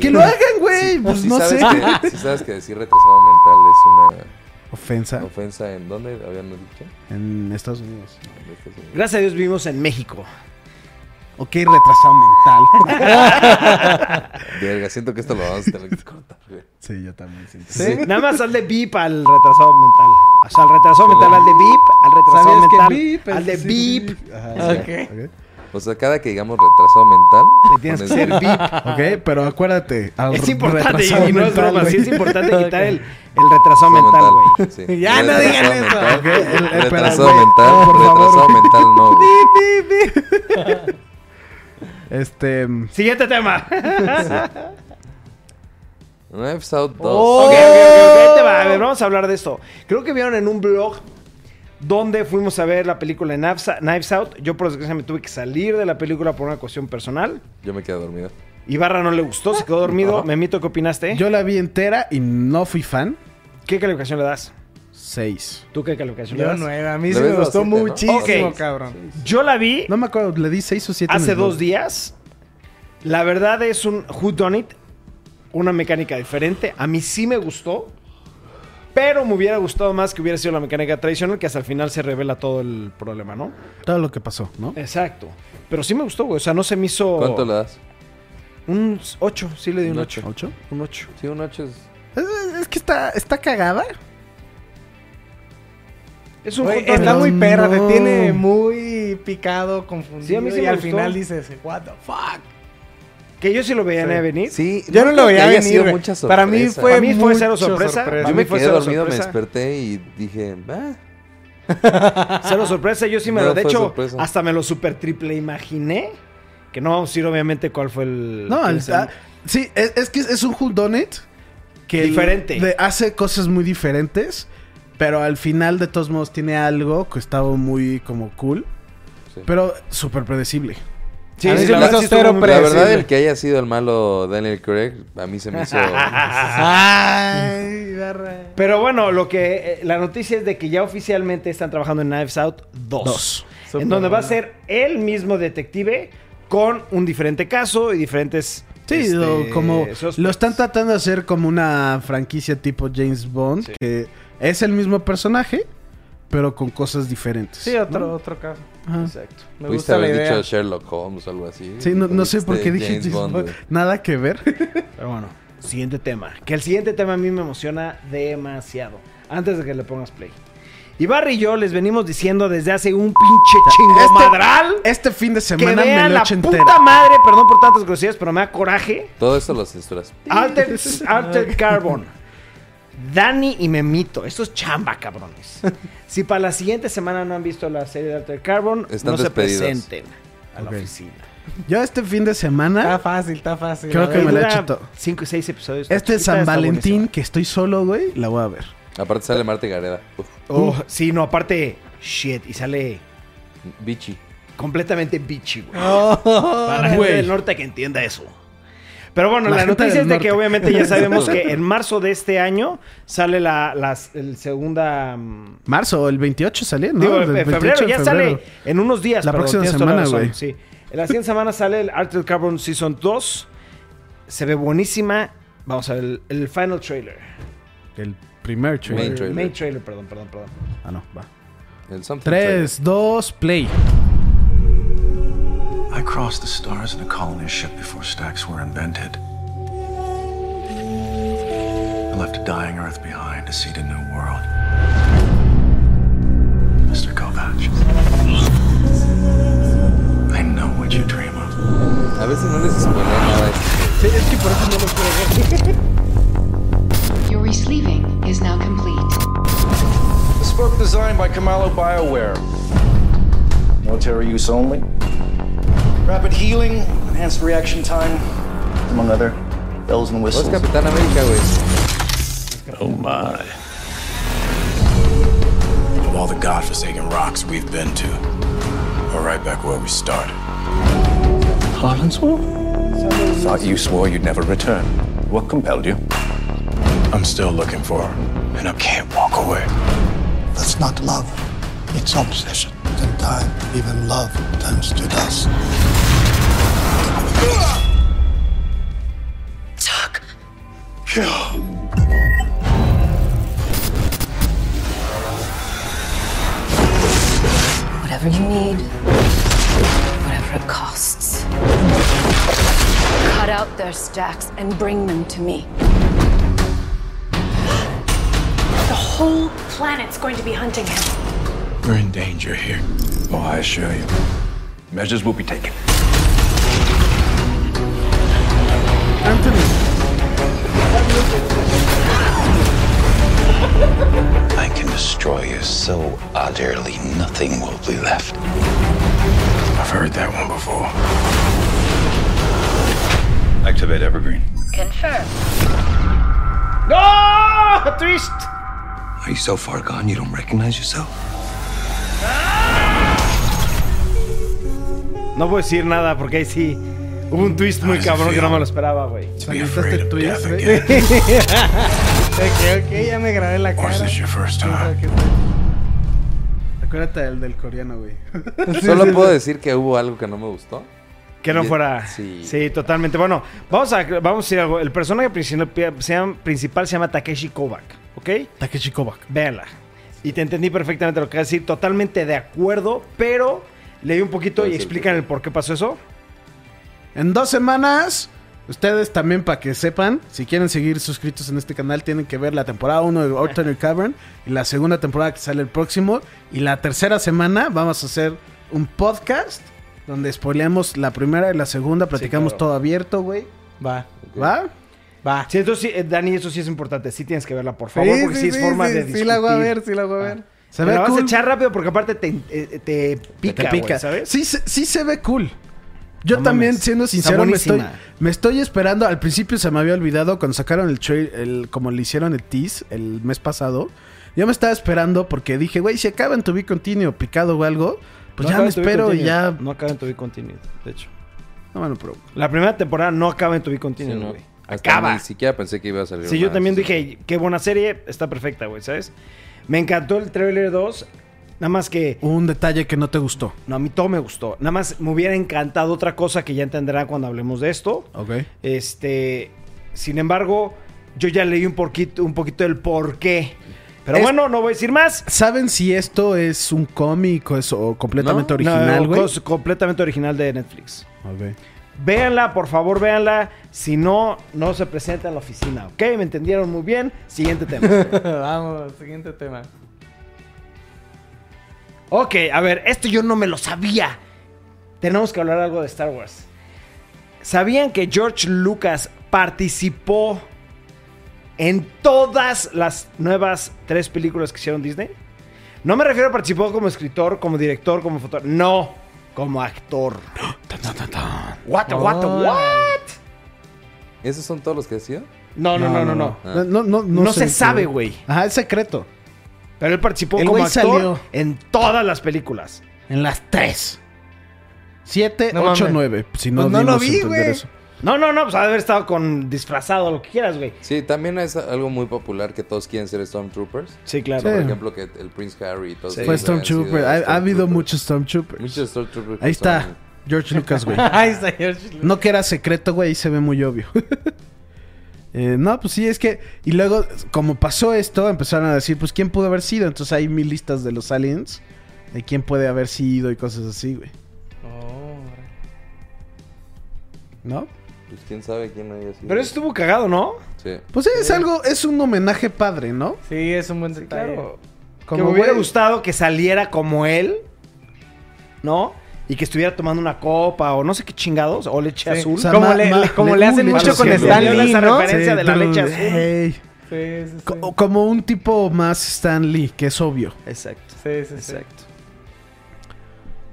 S2: Bien.
S3: que lo hagan, güey.
S2: Sí,
S3: pues
S2: sí
S3: no sé.
S2: sabes que- sí sabes que decir retrasado mental es
S3: [laughs] Ofensa
S2: una ofensa en dónde habían dicho.
S3: en Estados Unidos.
S2: En este Estados Unidos.
S1: Gracias a Dios vivimos en
S3: [laughs]
S1: México.
S3: Ok, retrasado mental.
S2: Verga, siento que esto lo vamos a tener que cortar. güey.
S3: [laughs] sí, yo también siento.
S4: [laughs] Sí.
S1: Nada más al de beep al retrasado mental. O sea, al retrasado mental, al de beep, al retrasado
S4: ¿Sabías que
S1: mental,
S4: beep es
S1: al de
S4: decir
S1: beep.
S4: Ok.
S2: O sea, cada que digamos retrasado mental,
S1: Le tienes que hacer
S2: pones-
S1: beep.
S3: Ok, pero acuérdate. al
S1: Es importante,
S3: retrasado
S1: y no es
S3: mental,
S1: broma, sí es
S3: güey.
S1: importante quitar
S3: [laughs]
S1: el, el retrasado mental, güey.
S2: Sí.
S4: [laughs] Ya no digan
S2: Retrasado
S4: eso.
S2: mental,
S3: Ok, el- el-
S2: Retrasado
S3: espera,
S2: mental,
S3: güey. Por
S2: retrasado
S3: favor.
S2: mental no.
S4: [laughs]
S2: güey.
S3: Este. mm,
S1: Siguiente tema.
S2: Knives Out 2.
S4: Oh.
S1: Ok, ok, ok, ahí te va. A ver, vamos a hablar de esto. Creo que vieron en un blog donde fuimos a ver la película de Knives Knives Out. Yo, por desgracia, me tuve que salir de la película por una cuestión personal.
S2: Yo me quedé dormido.
S1: Ibarra no le gustó, se quedó dormido.
S2: Ajá.
S1: Memito, ¿qué opinaste?
S3: Yo la vi entera y no fui fan.
S1: ¿Qué calificación le das?
S3: Seis.
S1: ¿Tú qué calificación le
S4: Yo
S1: das?
S4: nueve. A mí
S2: Le
S4: sí me
S2: ves los
S4: gustó
S2: siete, ¿no?
S4: muchísimo,
S1: Ok.
S4: cabrón.
S1: Yo la vi
S3: No me acuerdo, le di seis o siete. en
S1: hace
S3: el
S1: dos
S3: blog.
S1: días. La verdad es un Who Done It. Una mecánica diferente. A mí sí me gustó. Pero me hubiera gustado más que hubiera sido la mecánica tradicional, que hasta el final se revela todo el problema, ¿no?
S3: Todo lo que pasó, ¿no?
S1: Exacto. Pero sí me gustó, güey. O sea, no se me hizo.
S2: ¿Cuánto le das?
S1: Un 8. Sí le di un
S2: Un
S1: 8.
S3: ¿Ocho?
S1: Un 8.
S2: Sí, un 8 es...
S3: Es, es que está, está cagada.
S1: Es un
S4: Güey,
S1: hot dog.
S4: está muy
S3: no.
S4: perra, te tiene muy picado, confundido.
S1: Sí, a mí sí
S4: y
S1: me
S4: al
S1: gustó.
S4: final dices, what the fuck.
S1: Que yo sí lo veía a venir.
S2: Sí,
S4: Yo no lo
S2: creo que
S4: veía
S2: haya
S4: venir,
S2: sido
S4: güey.
S2: mucha
S4: Para mí
S2: sorpresa.
S4: fue,
S1: Para mí fue
S4: mucho
S1: cero sorpresa.
S2: Yo
S1: Para
S2: me
S1: mí fue
S2: quedé
S1: cero
S2: dormido, me
S1: sorpresa.
S2: desperté y dije, ah,
S1: [laughs] Cero sorpresa. Yo sí me
S2: No
S1: lo. De
S2: fue
S1: hecho,
S2: sorpresa.
S1: hasta me lo super triple imaginé. Que no vamos a decir, obviamente, cuál fue el.
S3: No,
S1: quién
S3: al-
S1: es el-
S3: ah, sí, es, es que es un whodunit que el-
S1: Diferente.
S3: de- hace cosas muy diferentes, pero al final de todos modos tiene algo que estaba muy como cool,
S2: Sí.
S3: pero súper predecible.
S1: Sí,
S4: A mí
S1: sí,
S4: se
S1: la
S4: me
S1: verdad
S4: hizo
S1: sí estuvo
S4: cero
S1: muy-
S2: La
S4: predecible.
S2: verdad,
S1: [laughs]
S2: el que haya sido el malo Daniel Craig, a mí se me hizo...
S1: Ah.
S4: Ay, barra.
S1: Pero bueno, lo que eh, la noticia es de que ya oficialmente están trabajando en Knives Out 2.
S3: Dos.
S1: En
S4: Súper
S1: donde va a
S4: bueno.
S1: ser el mismo detective con un diferente caso y diferentes.
S3: Sí,
S1: este, pues
S3: lo- como lo
S1: suspects.
S3: están tratando de hacer como una franquicia tipo James Bond, que es el mismo personaje, pero con cosas diferentes.
S4: Sí, otro, otro caso.
S3: Ajá.
S1: Exacto.
S4: Me
S2: Pudiste
S4: gusta la
S2: haber
S4: idea.
S2: dicho Sherlock Holmes o algo así. Este,
S3: Sí, no, no
S1: este
S3: sé por qué dije
S2: James Bond, güey.
S3: Nada
S1: [laughs]
S3: que ver.
S1: Pero bueno, siguiente tema. Que el siguiente tema a mí me emociona demasiado. Antes de que le pongas play. Y Barry y yo les venimos diciendo desde hace un pinche chingo
S3: Este-
S1: madral.
S3: Este fin de
S1: Que
S3: semana me
S1: vean
S3: lo
S1: la
S3: echo
S1: puta
S3: entero.
S1: madre, perdón por tantas groserías, pero me da coraje.
S2: Todo esto lo censuras.
S3: [laughs]
S1: Altered, Altered Carbon. Dani y Memito, esto es chamba, cabrones. Si para la siguiente semana no han visto la serie de Altered Carbon,
S2: Están
S1: no se
S2: despedidos.
S1: presenten a la
S3: Ok.
S1: oficina.
S3: Yo este fin de semana...
S1: Ah,
S4: Está fácil, está fácil.
S3: Creo
S4: A
S3: que
S4: ver.
S3: me la
S1: Dura
S3: eché todo.
S1: Cinco y seis episodios.
S3: Este
S1: La
S3: es San
S1: chiquita está
S3: Valentín,
S1: buenísima.
S3: que estoy solo, güey, la voy a ver.
S2: Aparte sale Marte Gareda. Uf,
S3: Uh.
S1: Oh, sí, no, aparte, shit, y sale
S2: bichi.
S1: completamente bitchy, güey.
S4: Oh,
S1: Para la gente
S3: Ah, Güey.
S1: del norte que entienda eso. Pero bueno, la,
S3: La gente
S1: noticia
S3: del
S1: es de que
S3: norte.
S1: obviamente
S3: [laughs]
S1: ya sabemos que en marzo de este año sale la, las- el segunda... mm,
S3: Marzo, el 28 salió, ¿no?
S1: Digo, en
S3: Del
S1: febrero,
S3: 28 de
S1: ya
S3: febrero.
S1: sale en unos días.
S3: La próxima
S1: tienes toda
S3: semana,
S1: razón,
S3: güey.
S1: Sí. En la siguiente semana sale el Altered Carbon Season 2. Se ve buenísima. Vamos a ver el, el final trailer.
S3: El primer trailer.
S2: Main
S1: El
S2: trailer.
S1: Main trailer, perdón, perdón, perdón.
S3: Ah, no, va.
S2: El something trailer.
S3: 3, 2, play.
S8: I crossed the stars in a colony ship before stacks were invented. I left a dying Earth behind to seed a new world. Mr. Kovach, I know what you dream of.
S2: A veces no les spoileo nada a este.
S9: Your resleeving is now complete.
S10: Bespoke design by Kamalo BioWare. Military use only. Rapid healing, enhanced reaction time, among other bells and
S2: No es
S10: whistles.
S2: Capitán América, güey.
S8: Oh my. Of all the godforsaken rocks we've been to, we're right back where we started. Harlansworth? Thought you swore you'd never return. What compelled you? I'm still looking for her, and I can't walk away.
S6: That's not love. It's obsession. In time, even love turns to dust.
S7: Whatever you need, whatever it costs. Cut out their stacks and bring them to me.
S11: The whole planet's going to be hunting him.
S8: We're in danger here. Oh, I assure you. Measures will be taken. Anthony. I can destroy you so utterly nothing will be left. I've heard that one before. Activate Evergreen.
S1: ¡No! ¡Twist!
S8: Are you so far gone you don't recognize yourself?
S1: No puedo decir nada porque ahí sí hubo un twist muy
S8: Ay,
S1: cabrón
S8: Ah, sí.
S1: que no me lo esperaba, güey.
S8: To be
S3: Salutaste
S8: afraid of
S3: tú, ya
S8: death
S3: sé.
S1: [laughs]
S8: again.
S4: ok, ok, ya me grabé la
S8: Or is
S4: cara.
S8: this your first time?
S3: Acuérdate del del coreano, güey.
S2: Solo puedo decir que hubo algo que no me gustó.
S1: Que no
S2: Ya-
S1: fuera. Sí.
S2: sí.
S1: totalmente. Bueno, vamos a, vamos a decir algo. El personaje principal se llama, principal se llama Takeshi Kovac, ¿ok?
S3: Takeshi Kovac.
S1: Véala. Y te entendí perfectamente lo que vas a decir. Totalmente de acuerdo, pero leí un poquito
S2: Puede
S1: y
S2: ser
S1: explican el por qué pasó eso.
S3: En dos semanas, ustedes también para que sepan, si quieren seguir suscritos en este canal, tienen que ver la temporada 1 de Ordinary Cavern y la segunda temporada que sale el próximo. Y la tercera semana vamos a hacer un podcast donde spoileamos la primera y la segunda, platicamos
S1: claro.
S3: todo abierto, güey.
S4: Va,
S3: ¿Va?
S4: va.
S1: Sí, entonces, sí, eh, Dani, eso sí es importante. Sí tienes que verla, por favor, porque sí, es forma de discutir.
S4: Sí la voy a ver, sí la voy a ver.
S3: Se
S1: Te
S3: ve
S1: la vas
S3: cool.
S1: a echar rápido porque aparte te, eh, te pica,
S3: Te pica.
S1: güey, ¿sabes?
S3: Sí, se- sí se ve cool. Yo
S1: No
S3: también,
S1: mames.
S3: siendo
S1: Está
S3: sincero, me
S1: buenísima.
S3: estoy, me estoy esperando. Al principio se me había olvidado cuando sacaron el trail, el, como le hicieron el tease el mes pasado. Yo me estaba esperando porque dije, güey, si acaba en tu continuo picado o algo,
S1: No
S3: pues ya
S1: acaba
S3: me
S1: en To Be
S3: espero y
S1: Continued.
S3: ya.
S1: No acaba en To Be Continued, de hecho.
S3: No, bueno, pero.
S1: La primera temporada no acaba en To Be
S2: Sí,
S1: Continued,
S2: no.
S1: güey.
S2: Hasta
S1: Acaba.
S2: Ni siquiera pensé que iba a salir.
S1: Sí, yo
S2: una
S1: también
S2: season.
S1: dije, qué buena serie, está perfecta, güey, ¿sabes? Me encantó el trailer 2, nada más que...
S3: Un detalle que no te gustó.
S1: No, a mí todo me gustó. Nada más me hubiera encantado otra cosa que ya entenderá cuando hablemos de esto.
S3: Ok.
S1: Este, sin embargo, yo ya leí un poquito, un poquito del por qué. Pero
S3: Es-
S1: bueno, no voy a decir más.
S3: ¿Saben si esto es un cómic o, es, o completamente original,
S1: No,
S3: güey?
S1: cos- completamente original de Netflix.
S3: Ok.
S1: Véanla, por favor, véanla. Si no, no se presenta en la oficina, ¿ok? ¿Me entendieron muy bien? Siguiente tema.
S3: Ah.
S4: [laughs] Vamos,
S3: [laughs]
S4: siguiente tema.
S1: ok, a ver, esto yo no me lo sabía. Tenemos que hablar algo de Star Wars. ¿Sabían que George Lucas participó en todas las nuevas tres películas que hicieron Disney? No me refiero a participó como escritor, como director, como fotógrafo. No, como
S3: [gasps]
S1: actor. What, the- what, the-
S2: Oh.
S1: what?
S2: ¿Esos son todos los que ha sido?
S1: No, no, no, no, no.
S2: Ah.
S3: No, no, no
S1: No
S3: sé
S1: se
S3: de qué.
S1: sabe, güey.
S3: Ajá, es secreto.
S1: Pero él participó
S3: El
S1: como
S3: güey
S1: actor
S3: salió.
S1: en todas las películas.
S3: En las tres. Siete,
S4: No
S3: ocho,
S4: mames.
S3: nueve. Si no,
S4: Pues no lo
S3: dimos a
S4: vi,
S3: entender
S4: güey.
S3: eso.
S1: No, no, no, pues ha de haber estado con disfrazado, lo que quieras, güey.
S2: Sí, también es algo muy popular que todos quieren ser Stormtroopers.
S1: Sí,
S2: O
S1: claro.
S2: sea, Por
S3: Sí.
S2: ejemplo, que el Prince Harry y todos
S1: Sí.
S2: ellos
S3: Fue
S2: habían sido
S3: Stormtrooper. Ha, ha habido
S2: Stormtroopers.
S3: muchos Stormtroopers.
S2: Muchos Stormtroopers.
S3: Ahí está.
S2: son-
S3: George Lucas, güey.
S4: Ahí está George Lucas.
S3: No que era secreto, güey, ahí se ve muy obvio. [laughs] Eh, no, pues sí, es que. Y luego, como pasó esto, empezaron a decir, pues, ¿quién pudo haber sido? Entonces hay mil listas de los aliens de quién puede haber sido y cosas así, güey.
S4: Oh, órale.
S3: ¿No?
S2: Pues quién sabe quién haya sido.
S1: Pero eso estuvo cagado, ¿no?
S2: Sí.
S3: Pues sí, es algo, es un homenaje padre, ¿no?
S4: sí, es un buen detalle.
S1: Claro.
S3: Como,
S1: que me hubiera
S3: güey,
S1: gustado que saliera como él, ¿no? Y que estuviera tomando una copa o no sé qué chingados, o leche
S4: Sí.
S1: azul.
S4: O sea, Como le- le- como le hacen
S3: uh,
S4: mucho
S3: leche
S4: con
S3: azul.
S4: Stan Lee,
S1: Esa
S4: ¿no?
S1: referencia de la
S3: pero-
S1: leche azul.
S3: ey,
S4: Sí, sí, sí.
S3: co- como un tipo más Stan Lee, que es obvio.
S1: Exacto.
S4: Sí, sí, sí.
S1: Exacto.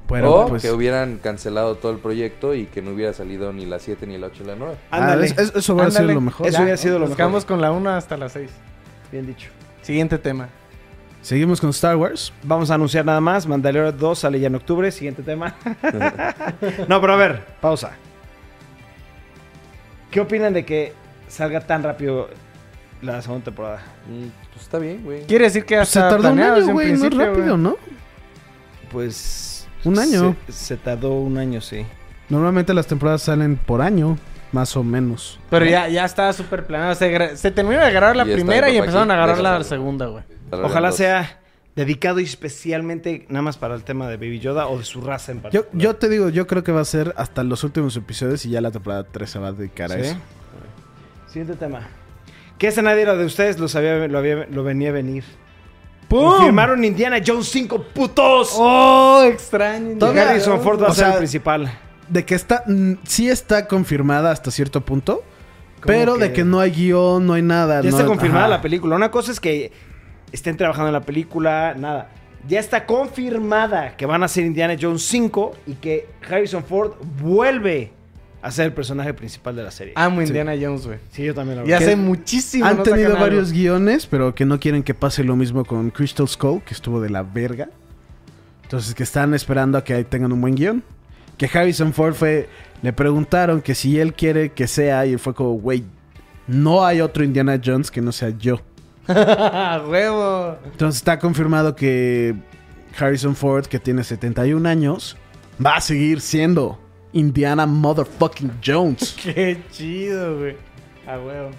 S3: Bueno,
S2: o
S3: pues.
S2: Oh, que hubieran cancelado todo el proyecto y que no hubiera salido ni la 7 ni la 8 ni la 9.
S3: Ah,
S1: Ándale.
S3: es- es- eso va a ser
S4: Ándale.
S3: lo mejor.
S1: Eso hubiera sido lo
S4: nos
S1: mejor.
S4: quedamos con la 1 hasta la 6.
S1: Bien dicho.
S4: Siguiente tema.
S3: Pues Seguimos con Star Wars.
S1: Vamos a anunciar nada más. Mandalorian 2 sale ya en octubre. Siguiente
S3: [laughs]
S1: tema. no, pero a ver, pausa. ¿Qué opinan de que salga tan rápido la segunda temporada?
S2: Mm, pues está bien, güey.
S4: Quiere decir que
S3: Pues se
S4: hasta
S3: tardó un
S4: planeado
S3: año,
S4: desde
S3: güey, no es
S4: principio,
S3: rápido,
S4: güey.
S3: ¿no?
S1: Pues.
S3: Un año.
S1: Se, se tardó un año, sí.
S3: Normalmente las temporadas salen por año, más o menos.
S4: Pero ya, ya estaba súper planeado. Se, gra- se terminó de agarrar la
S2: Y ya está,
S4: primera y
S2: papá,
S4: empezaron a
S2: aquí,
S4: agarrar la
S2: déjalo.
S4: segunda, güey.
S2: Para
S1: Ojalá
S2: los-
S1: sea dedicado especialmente nada más para el tema de Baby Yoda o de su raza en
S3: Yo,
S1: particular.
S3: yo te digo, yo creo que va a ser hasta los últimos episodios y ya la temporada 3 se va a dedicar a
S1: Sí.
S3: eso.
S1: Siguiente tema. Que ese nadie era de ustedes, lo sabía, lo, había- lo venía a venir. Confirmaron Indiana Jones 5 putos.
S4: ¡Oh, extraño!
S1: Y Harrison
S4: Dios.
S1: Ford va a
S3: O
S1: ser el
S3: sea,
S1: principal.
S3: De que está, mm, sí está confirmada hasta cierto punto, pero de
S1: que?
S3: que no hay guión, no hay nada.
S1: Ya
S3: no-
S1: está confirmada
S3: ajá.
S1: la película. Una cosa es que estén trabajando en la película, nada. Ya está confirmada que van a ser Indiana Jones 5 y que Harrison Ford vuelve a ser el personaje principal de la serie.
S3: Ah,
S4: Amo Indiana Jones, güey.
S1: sí, yo también la
S4: Ya
S1: verdad.
S4: hace muchísimo.
S3: Han
S4: no sacan
S3: tenido [laughs]
S4: algo.
S3: varios guiones, pero que no quieren que pase lo mismo con Crystal Skull, que estuvo de la verga. Entonces, que están esperando a que ahí tengan un buen guión. Que Harrison Ford fue. Le preguntaron que si él quiere que sea, y él fue como, güey, no hay otro Indiana Jones que no sea yo.
S4: ¡Huevo!
S3: Entonces, está confirmado que Harrison Ford, que tiene 71 años, va a seguir siendo Indiana Motherfucking
S4: [laughs]
S3: Jones.
S4: [laughs] ¡Qué chido, güey! ¡A huevo!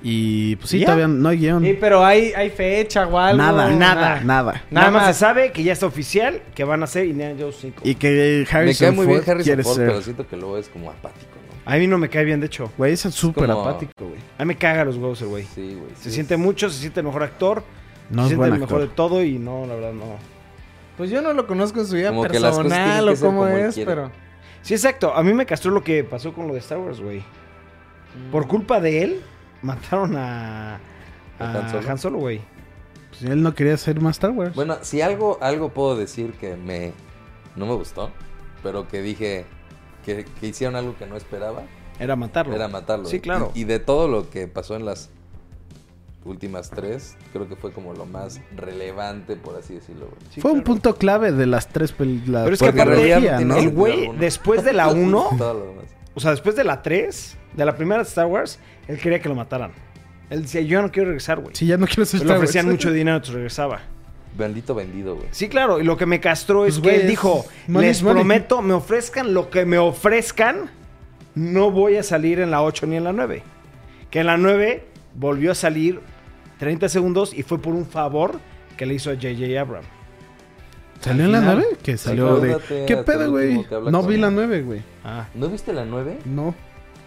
S3: Y pues sí,
S1: ¿Ya?
S3: todavía no hay guión.
S4: Sí, pero hay, hay fecha o Eh, algo.
S3: Nada,
S1: nada.
S3: nada, nada.
S1: Nada
S4: Nada
S1: más se
S4: más.
S1: sabe que ya está oficial que van a ser Indiana Jones 5.
S3: Y que
S2: Me
S3: Harrison
S2: cae muy
S3: Ford
S2: bien Harrison
S3: quiere
S2: Ford,
S3: ser.
S2: pero siento que luego es como apático, ¿no?
S1: A mí no me cae bien, de hecho.
S3: Güey, es súper
S2: como-
S3: apático, güey.
S1: A mí me caga los huevos el güey.
S2: Sí, güey.
S1: Se
S2: sí.
S1: siente mucho, se siente el mejor actor.
S3: No
S1: se
S3: es
S1: siente
S3: buen
S1: el mejor
S3: actor.
S1: de todo y no, la verdad, no.
S4: Pues yo no lo conozco en su vida
S2: Como que las cosas tienen
S4: personal
S2: que
S4: o
S2: ser
S4: cómo
S2: como él
S4: es,
S2: quiere.
S4: pero.
S1: Sí, exacto. A mí me castró lo que pasó con lo de Star Wars, güey. Por culpa de él, [laughs] mataron a,
S2: ¿A
S1: a
S2: Han Solo?
S1: Han Solo, güey.
S3: Pues él no quería ser más Star Wars.
S2: Bueno, si algo, algo puedo decir que me. No me gustó, pero que dije. que, que hicieron algo que no esperaba.
S1: Era matarlo.
S2: Era matarlo.
S1: Sí, claro.
S2: Y, y de todo lo que pasó en las últimas tres, creo que fue como lo más relevante, por así decirlo. güey.
S3: Fue un punto clave de las tres películas.
S1: Pero es que aparte, el güey, después de
S2: [laughs]
S1: la 1,
S2: Todo lo demás.
S1: o sea, después de la 3, de la primera de Star Wars, él quería que lo mataran. Él decía, yo no quiero regresar, güey.
S3: Sí, ya no quiero ser
S1: Pero
S3: Star
S1: Le ofrecían
S3: Wars.
S1: mucho dinero, entonces regresaba.
S2: Bendito vendido, güey.
S1: Sí, claro, y lo que me castró es
S3: Pues,
S1: que
S3: güey,
S1: él
S3: es-
S1: dijo,
S3: money
S1: les
S3: is money".
S1: prometo, me ofrezcan lo que me ofrezcan, no voy a salir en la 8 ni en la 9. Que en la 9 volvió a salir 30 segundos y fue por un favor que le hizo a J.J. Abrams.
S3: ¿Salió en la
S1: Al final,
S3: 9? Que salió de.
S2: Acuérdate
S3: ¿Qué
S2: hasta
S3: pedo,
S2: el
S3: güey?
S2: último que habla
S3: No
S2: con
S3: vi
S2: él.
S3: la 9, güey.
S2: ¿No viste la 9?
S3: No.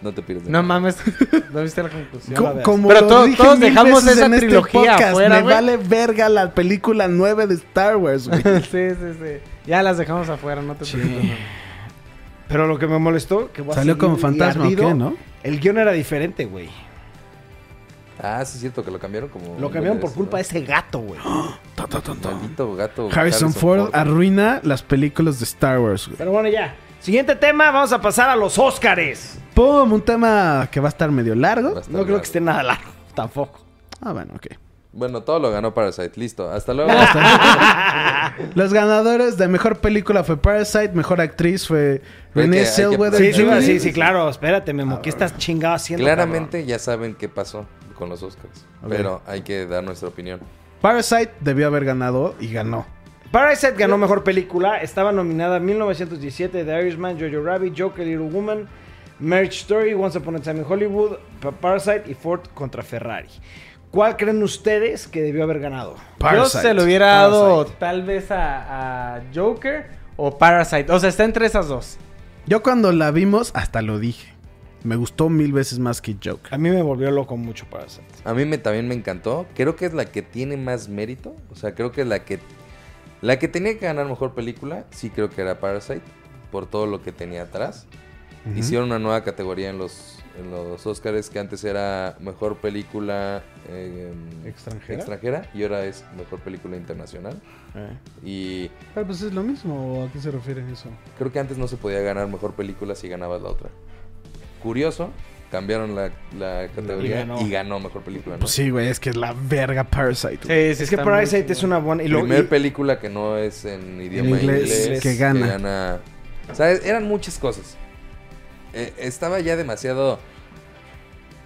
S2: No te pierdes. de
S4: No
S2: nada.
S4: mames, [laughs] no viste la conclusión.
S3: Co- como
S4: Pero
S3: lo
S4: to-
S3: dije
S4: todos
S3: mil
S4: dejamos
S3: veces
S4: esa
S3: en este
S4: trilogía
S3: podcast,
S4: afuera,
S3: Me
S4: güey.
S3: vale verga la película 9 de Star Wars, [laughs] güey.
S4: [laughs] sí, sí, sí. Ya las dejamos afuera, no te preocupes. mamá.
S1: Pero lo que me molestó, que voy a
S3: Salió
S1: seguir
S3: como fantasma, ¿o
S1: ardido,
S3: qué, no?
S1: El guión era diferente, güey.
S2: Ah, sí es cierto que lo cambiaron como...
S1: Lo cambiaron por culpa de ese gato,
S3: [gasps]
S1: güey.
S3: Ta, ta, ta, ta.
S2: Maldito gato.
S3: Harrison Ford arruina las películas de Star Wars, güey.
S1: Pero bueno, ya. Siguiente tema, vamos a pasar a los Óscares.
S3: Pum, un tema que va a estar medio largo.
S1: No creo que esté nada largo, [laughs] tampoco.
S3: Ah, bueno, ok.
S2: Bueno, todo lo ganó Parasite. Listo. Hasta luego.
S3: Los ganadores de mejor película fue Parasite, mejor actriz fue
S2: Hay que- hay
S3: Renée
S2: que-
S3: Zellweger.
S1: Sí, sí,
S3: Judy.
S1: sí, sí, claro, espérate, Memo, ¿qué estás chingado haciendo?
S2: Claramente ya saben qué pasó con los Oscars. Pero hay que dar nuestra opinión.
S3: Parasite debió haber ganado y ganó.
S1: cabrón? Parasite ganó mejor película, estaba nominada 1917, The Irishman, Jojo Rabbit, Joker, Little Woman, Marriage Story, Once Upon a Time in Hollywood, Pa- Parasite y Ford contra Ferrari. ¿Cuál creen ustedes que debió haber ganado?
S4: Yo
S3: Parasite.
S4: se lo hubiera dado
S1: Parasite.
S4: tal vez a, a Joker o Parasite. O sea, está entre esas dos.
S3: Yo cuando la vimos hasta lo dije. Me gustó mil veces más que Joker.
S1: A mí me volvió loco mucho Parasite.
S2: A mí me, también me encantó. Creo que es la que tiene más mérito. O sea, creo que es la que... La que tenía que ganar mejor película, sí creo que era Parasite. Por todo lo que tenía atrás. Hicieron una nueva categoría en los, en los Oscars que antes era mejor película eh,
S3: ¿Extranjera?
S2: extranjera y ahora es mejor película internacional. Y
S3: Pero pues es lo mismo, ¿a qué se refiere eso?
S2: creo que antes no se podía ganar mejor película si ganabas la otra. Curioso, cambiaron la, la categoría y ganó.
S1: ganó.
S2: mejor película. ¿no?
S3: Pues sí, güey, es que es la verga Parasite. güey.
S4: Sí, sí,
S1: Es que Parasite es una buena... Y lo,
S2: Primer
S1: y-
S2: película que no es en idioma
S3: En inglés,
S2: inglés,
S3: que gana.
S2: O sea, es- eran muchas cosas. Eh, estaba ya demasiado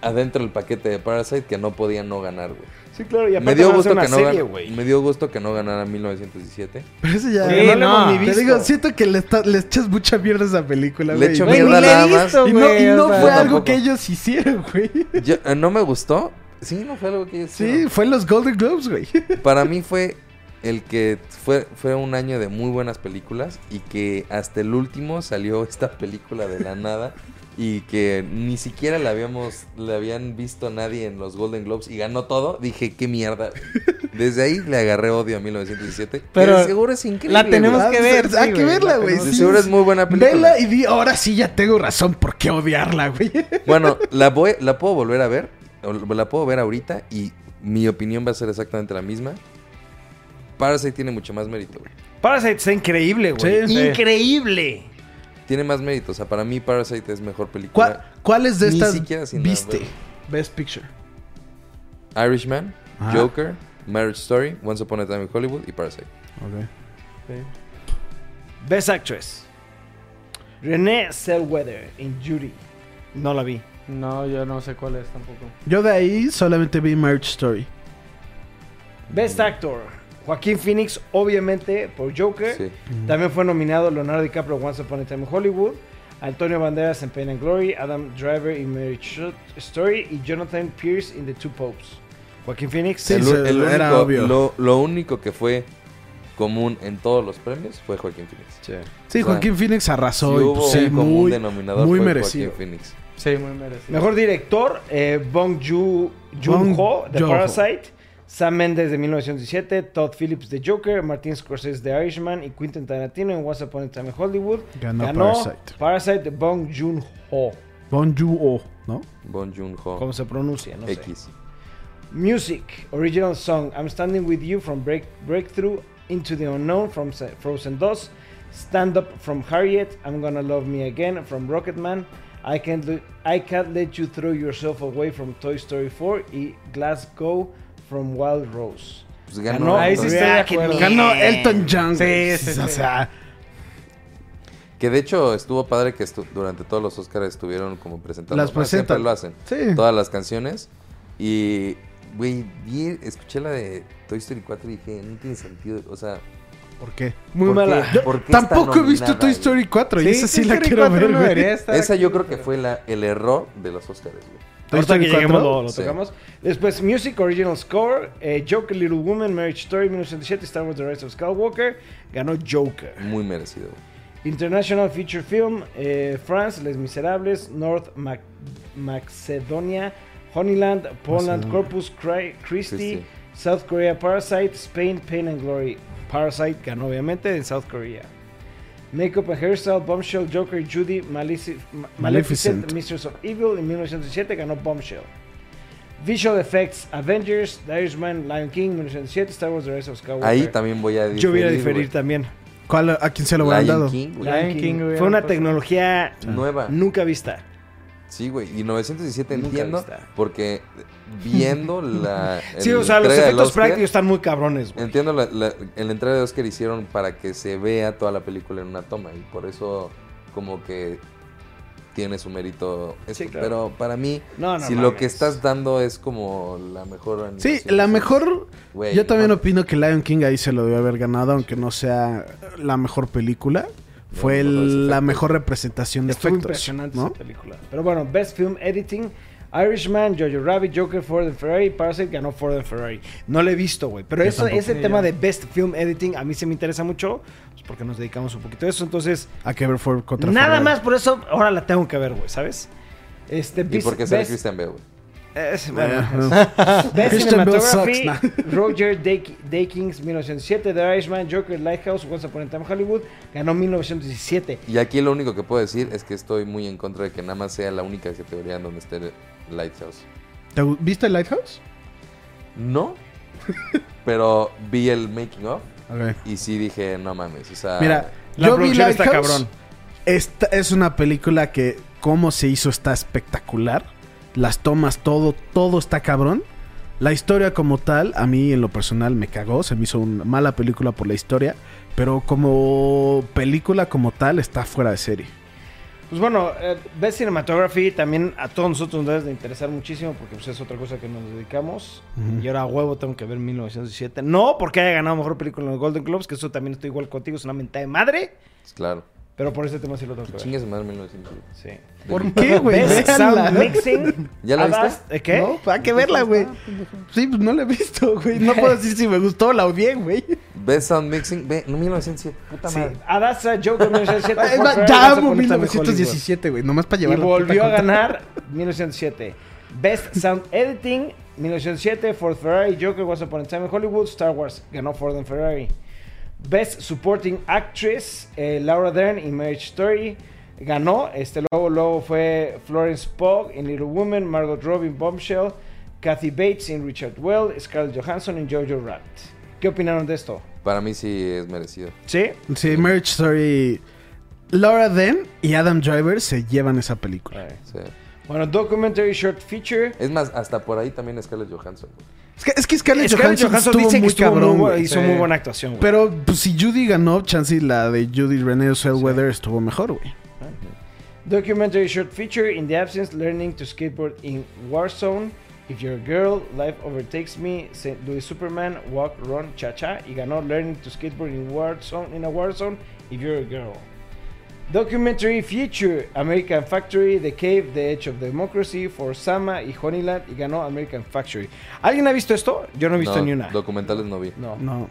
S2: adentro el paquete de Parasite que no podía no ganar, güey.
S1: sí, claro, y
S2: Me
S1: aparte
S2: dio,
S1: van a hacer
S2: gusto
S1: una
S2: que no
S1: serie,
S2: gan-
S1: güey.
S2: me dio gusto que no ganara 1917.
S3: Pero eso ya.
S1: Sí, no,
S3: no, lo hemos ni
S1: te
S3: visto.
S1: digo,
S3: siento que le, echas mucha mierda a esa película,
S2: Le
S3: güey.
S2: güey. echo
S4: Güey, ni
S2: Mierda
S4: la
S2: nada
S4: he
S2: más.
S4: visto,
S3: Y no,
S4: güey,
S3: y no
S4: o sea.
S3: fue
S2: Yo
S3: algo
S2: tampoco.
S3: que ellos hicieron, güey.
S2: Yo- eh, no me gustó. Sí, no fue algo que yo
S3: Sí, fue en los Golden Globes, güey.
S2: Para mí fue el que fue, fue un año de muy buenas películas y que hasta el último salió [laughs] esta película de la nada y que ni siquiera la habíamos la habían visto nadie en los Golden Globes y ganó todo. Dije, qué mierda. Desde ahí le agarré odio a 1917.
S4: Pero
S2: Pero seguro es increíble.
S4: la tenemos
S2: güey.
S4: que ver.
S3: Ah, Hay
S4: sí,
S3: que
S4: güey,
S3: verla,
S4: la
S3: güey.
S2: De
S3: sí.
S2: seguro es muy buena película.
S3: Vela y di, ahora sí ya tengo razón por qué odiarla, güey. [laughs]
S2: Bueno, la, voy, la puedo volver a ver. o La puedo ver ahorita y mi opinión va a ser exactamente la misma. Parasite tiene mucho más mérito, güey.
S1: Parasite está increíble, güey.
S3: Sí, sí.
S1: Increíble.
S2: Tiene más mérito. O sea, para mí Parasite es mejor
S3: ¿Cuál,
S2: película.
S3: ¿Cuáles de
S2: Ni
S3: estas
S2: siquiera sin nada,
S3: viste?
S2: güey.
S3: Best Picture.
S2: Irishman,
S3: Ajá.
S2: Joker, Marriage Story, Once Upon a Time in Hollywood y Parasite.
S1: Best Actress. Renee Zellweger en Judy. No la vi.
S4: No, yo no sé cuál es tampoco.
S3: Yo de ahí solamente vi Marriage Story.
S1: Best Actor. Joaquín Phoenix, obviamente, por Joker.
S2: Sí.
S1: También fue nominado Leonardo DiCaprio Once Upon a Time in Hollywood. Antonio Banderas en Pain and Glory. Adam Driver en Marriage Story. Y Jonathan Pierce en The Two Popes. Joaquín Phoenix.
S3: Sí,
S2: el,
S3: se-
S2: el único,
S3: era obvio.
S2: Lo, lo único que fue común en todos los premios fue Joaquín Phoenix.
S3: Sí,
S2: O sea,
S3: Joaquín Phoenix arrasó
S2: Si
S3: y
S2: hubo
S3: pues, sí,
S2: un común
S3: muy,
S2: denominador
S3: muy
S2: fue
S3: merecido.
S2: Joaquín Phoenix.
S4: Sí, muy merecido.
S1: Mejor director, eh, Bong Joon
S3: Bong
S1: Ho de
S3: Joon-ho.
S1: Parasite, Sam Mendes de 1917, Todd Phillips de Joker, Martin Scorsese de Irishman y Quentin Tarantino en Once Upon a Time in Hollywood.
S3: Ganó Parasite.
S1: Parasite de Bong Joon Ho.
S3: Bon Joon-ho, ¿no?
S2: Bon Joon-ho.
S1: ¿Cómo se pronuncia? No sé.
S2: X.
S1: Music, original song, I'm Standing With You from Break, Breakthrough, Into the Unknown from Se- Frozen 2, Stand Up from Harriet, I'm Gonna Love Me Again from Rocketman, I Can't, Lo- I Can't Let You Throw Yourself Away from Toy Story 4 y Glasgow from Wild Rose.
S2: Pues ganó. Ahí sí estoy de acuerdo.
S3: Ganó Elton John.
S1: Sí, sí, sí.
S3: O sea,
S2: Que de hecho estuvo padre que estu- durante todos los Oscars estuvieron como presentando.
S3: Las
S2: Bueno, siempre
S3: presentan.
S2: lo hacen.
S3: Sí.
S2: Todas las canciones. Y, güey, vi- escuché la de Toy Story 4 y dije, no tiene sentido. O sea,
S3: ¿por qué?
S1: Muy
S2: ¿por
S1: mala.
S2: qué-
S3: Yo
S2: por qué está
S3: tampoco he visto
S2: nominada,
S3: Toy
S2: güey?
S3: Story 4 y
S4: Sí,
S3: esa sí
S4: Toy
S3: la
S4: Story
S3: quiero
S4: 4
S3: ver.
S4: no
S3: güey.
S4: debería estar
S2: Esa
S4: aquí,
S2: yo creo que fue la, el error de los Oscars, güey.
S3: Toy
S1: Ahorita
S3: Story
S1: que lleguemos
S3: 4.
S1: lo, lo
S2: Sí.
S1: tocamos. Después, Music Original Score, eh, Joker, Little Woman, Marriage Story, 1977, Star Wars The Rise of Skywalker, ganó Joker.
S2: Muy merecido. güey.
S1: International Feature Film, eh, France, Les Miserables, North Mac- Macedonia, Honeyland, Poland,
S3: Macedonia.
S1: Corpus Cri- Christi,
S2: Christi.
S1: South Korea, Parasite, Spain, Pain and Glory. Parasite ganó obviamente en South Korea. Makeup and Hairstyle, Bombshell, Joker, Judy, Malici- Ma- Maleficent,
S3: Maleficent.
S1: Mistress of Evil, en 1907 ganó Bombshell. Visual Effects, Avengers, The Irishman, Lion King, 1907, Star Wars, The Rise of Skywalker.
S2: Ahí también voy a diferir.
S1: Yo voy a
S2: güey.
S1: diferir también.
S3: ¿Cuál, ¿A quién se lo hubieran
S2: Lion
S3: dado?
S2: King, güey.
S1: Lion
S4: Lion
S1: King.
S4: King hubiera
S1: Fue una
S4: pasado.
S1: tecnología
S2: Nueva.
S1: nunca vista.
S2: Sí, güey. Y 917
S1: Nunca
S2: entiendo
S1: vista.
S2: porque viendo la.
S1: Sí,
S2: el
S1: o sea, los
S2: entrega del
S1: efectos
S2: Oscar,
S1: prácticos están muy cabrones, güey.
S2: Entiendo la, la, el entrega de Oscar hicieron para que se vea toda la película en una toma y por eso como que tiene su mérito esto.
S1: Sí, claro.
S2: Pero para mí,
S1: No, no
S2: si lo
S1: mames.
S2: que estás dando es como la mejor
S3: Sí,
S2: animación,
S3: la
S2: es-
S3: mejor.
S2: Güey,
S3: yo también
S2: no.
S3: opino que Lion King ahí se lo debió haber ganado, aunque no sea la mejor película. Fue
S2: no, no, los
S3: la
S2: efectos.
S3: mejor representación de
S1: Estuvo
S3: efectos.
S1: impresionante
S3: ¿no?
S1: esa película. Pero bueno, Best Film Editing, Irishman, Jojo Rabbit, Joker, Ford and Ferrari, Parasite ganó Ford and Ferrari. No lo he visto, güey. Pero
S3: Yo
S1: eso,
S3: tampoco.
S1: ese
S4: Sí,
S1: tema
S4: yo.
S1: de Best Film Editing a mí se me interesa mucho, pues, porque nos dedicamos un poquito a eso. Entonces,
S3: A que ver fue contra
S1: nada
S3: Ferrari.
S1: más por eso ahora la tengo que ver, güey, ¿sabes? Este,
S2: Y
S1: Best-
S2: porque sale
S1: Best- eh,
S2: Christian Bale, güey.
S1: Es- bueno,
S3: Bueno,
S1: es- Best
S3: Christian Bale
S1: Cinematography, [laughs]
S3: sucks,
S1: Roger Dak- Dakins, 1907, The Irishman, Joker, Lighthouse, Once Upon a Time in Hollywood, ganó 1917.
S2: Y aquí lo único que puedo decir es que estoy muy en contra de que nada más sea la única categoría en donde esté Lighthouse.
S3: ¿Te gu- ¿Viste Lighthouse? [laughs]
S2: No, pero vi el making of
S3: Ok.
S2: y sí dije, no mames, o sea...
S3: Ah, Mira,
S1: La
S3: yo vi
S1: producción está
S3: Lighthouse.
S1: cabrón.
S3: Esta es una película que cómo se hizo está espectacular. Las tomas, todo, todo está cabrón. La historia como tal, a mí en lo personal me cagó, se me hizo una mala película por la historia, pero como película como tal está fuera de serie.
S1: Pues bueno, eh, Best Cinematography también a todos nosotros nos debe de interesar muchísimo porque pues, es otra cosa que nos dedicamos. Y ahora a huevo tengo que ver 1917. No porque haya ganado mejor película en los Golden Globes, que eso también estoy igual contigo, es una mentada de madre.
S2: Claro.
S1: Pero por ese tema sí lo tengo que ver.
S2: Chingue su madre 1900.
S1: Sí.
S3: ¿Por qué, güey?
S1: Best
S3: Véanla.
S1: Sound Mixing.
S2: ¿Ya la
S1: Avast-
S2: viste?
S1: ¿Eh, ¿Qué?
S3: No, pues, hay que verla, güey. Sí, pues no la he visto,
S1: [laughs]
S3: güey. No puedo decir si me gustó o la odié, güey.
S2: Best Sound Mixing, ve, no, 1907, puta
S1: Sí.
S2: madre.
S1: Adasa
S3: [laughs]
S1: Joker 1907.
S3: Es
S1: Ford
S3: más,
S1: Ferrari,
S3: Ya
S1: Once
S3: amo
S1: Upon a Time in Hollywood.
S3: 1917, güey. Nomás para
S1: Y
S3: llevar la puta
S1: volvió a
S3: contra- [laughs]
S1: ganar 1907. Best Sound Editing 1907, Ford Ferrari, Joker, Once Upon a Time in Hollywood, Star Wars, ganó Ford and Ferrari. Best Supporting Actress, eh, Laura Dern y Marriage Story, ganó. Este luego, luego fue Florence Pugh en Little Women, Margot Robbie en Bombshell, Kathy Bates en Richard Well, Scarlett Johansson en Jojo Rabbit. ¿Qué opinaron de esto?
S2: Para mí sí es merecido.
S1: ¿Sí?
S3: Sí, Marriage Story. Laura Dern y Adam Driver se llevan esa película.
S2: sí.
S1: Bueno, Documentary Short Feature.
S2: Es más, hasta por ahí también Scarlett Johansson.
S3: Es que, es que Scarlett,
S1: Scarlett
S3: Johansson,
S1: Johansson
S3: estuvo
S1: dice que
S3: muy
S1: estuvo muy
S3: cabrón,
S1: bu-
S3: güey.
S1: hizo muy buena actuación. güey.
S3: Pero pues, si Judy ganó, chance y la de Judy Renee Zellweger estuvo mejor, güey.
S1: Documentary short feature in the absence, learning to skateboard in Warzone. If you're a girl, life overtakes me. St. Louis Superman, walk, run, cha cha. Y ganó learning to skateboard in Warzone in a Warzone. If you're a girl. Documentary feature American Factory, The Cave, The Edge of Democracy, For Sama y Honeyland. Y ganó American Factory. ¿Alguien ha visto esto? Yo no he visto ni una.
S2: Documentales no vi.
S1: no.
S3: No.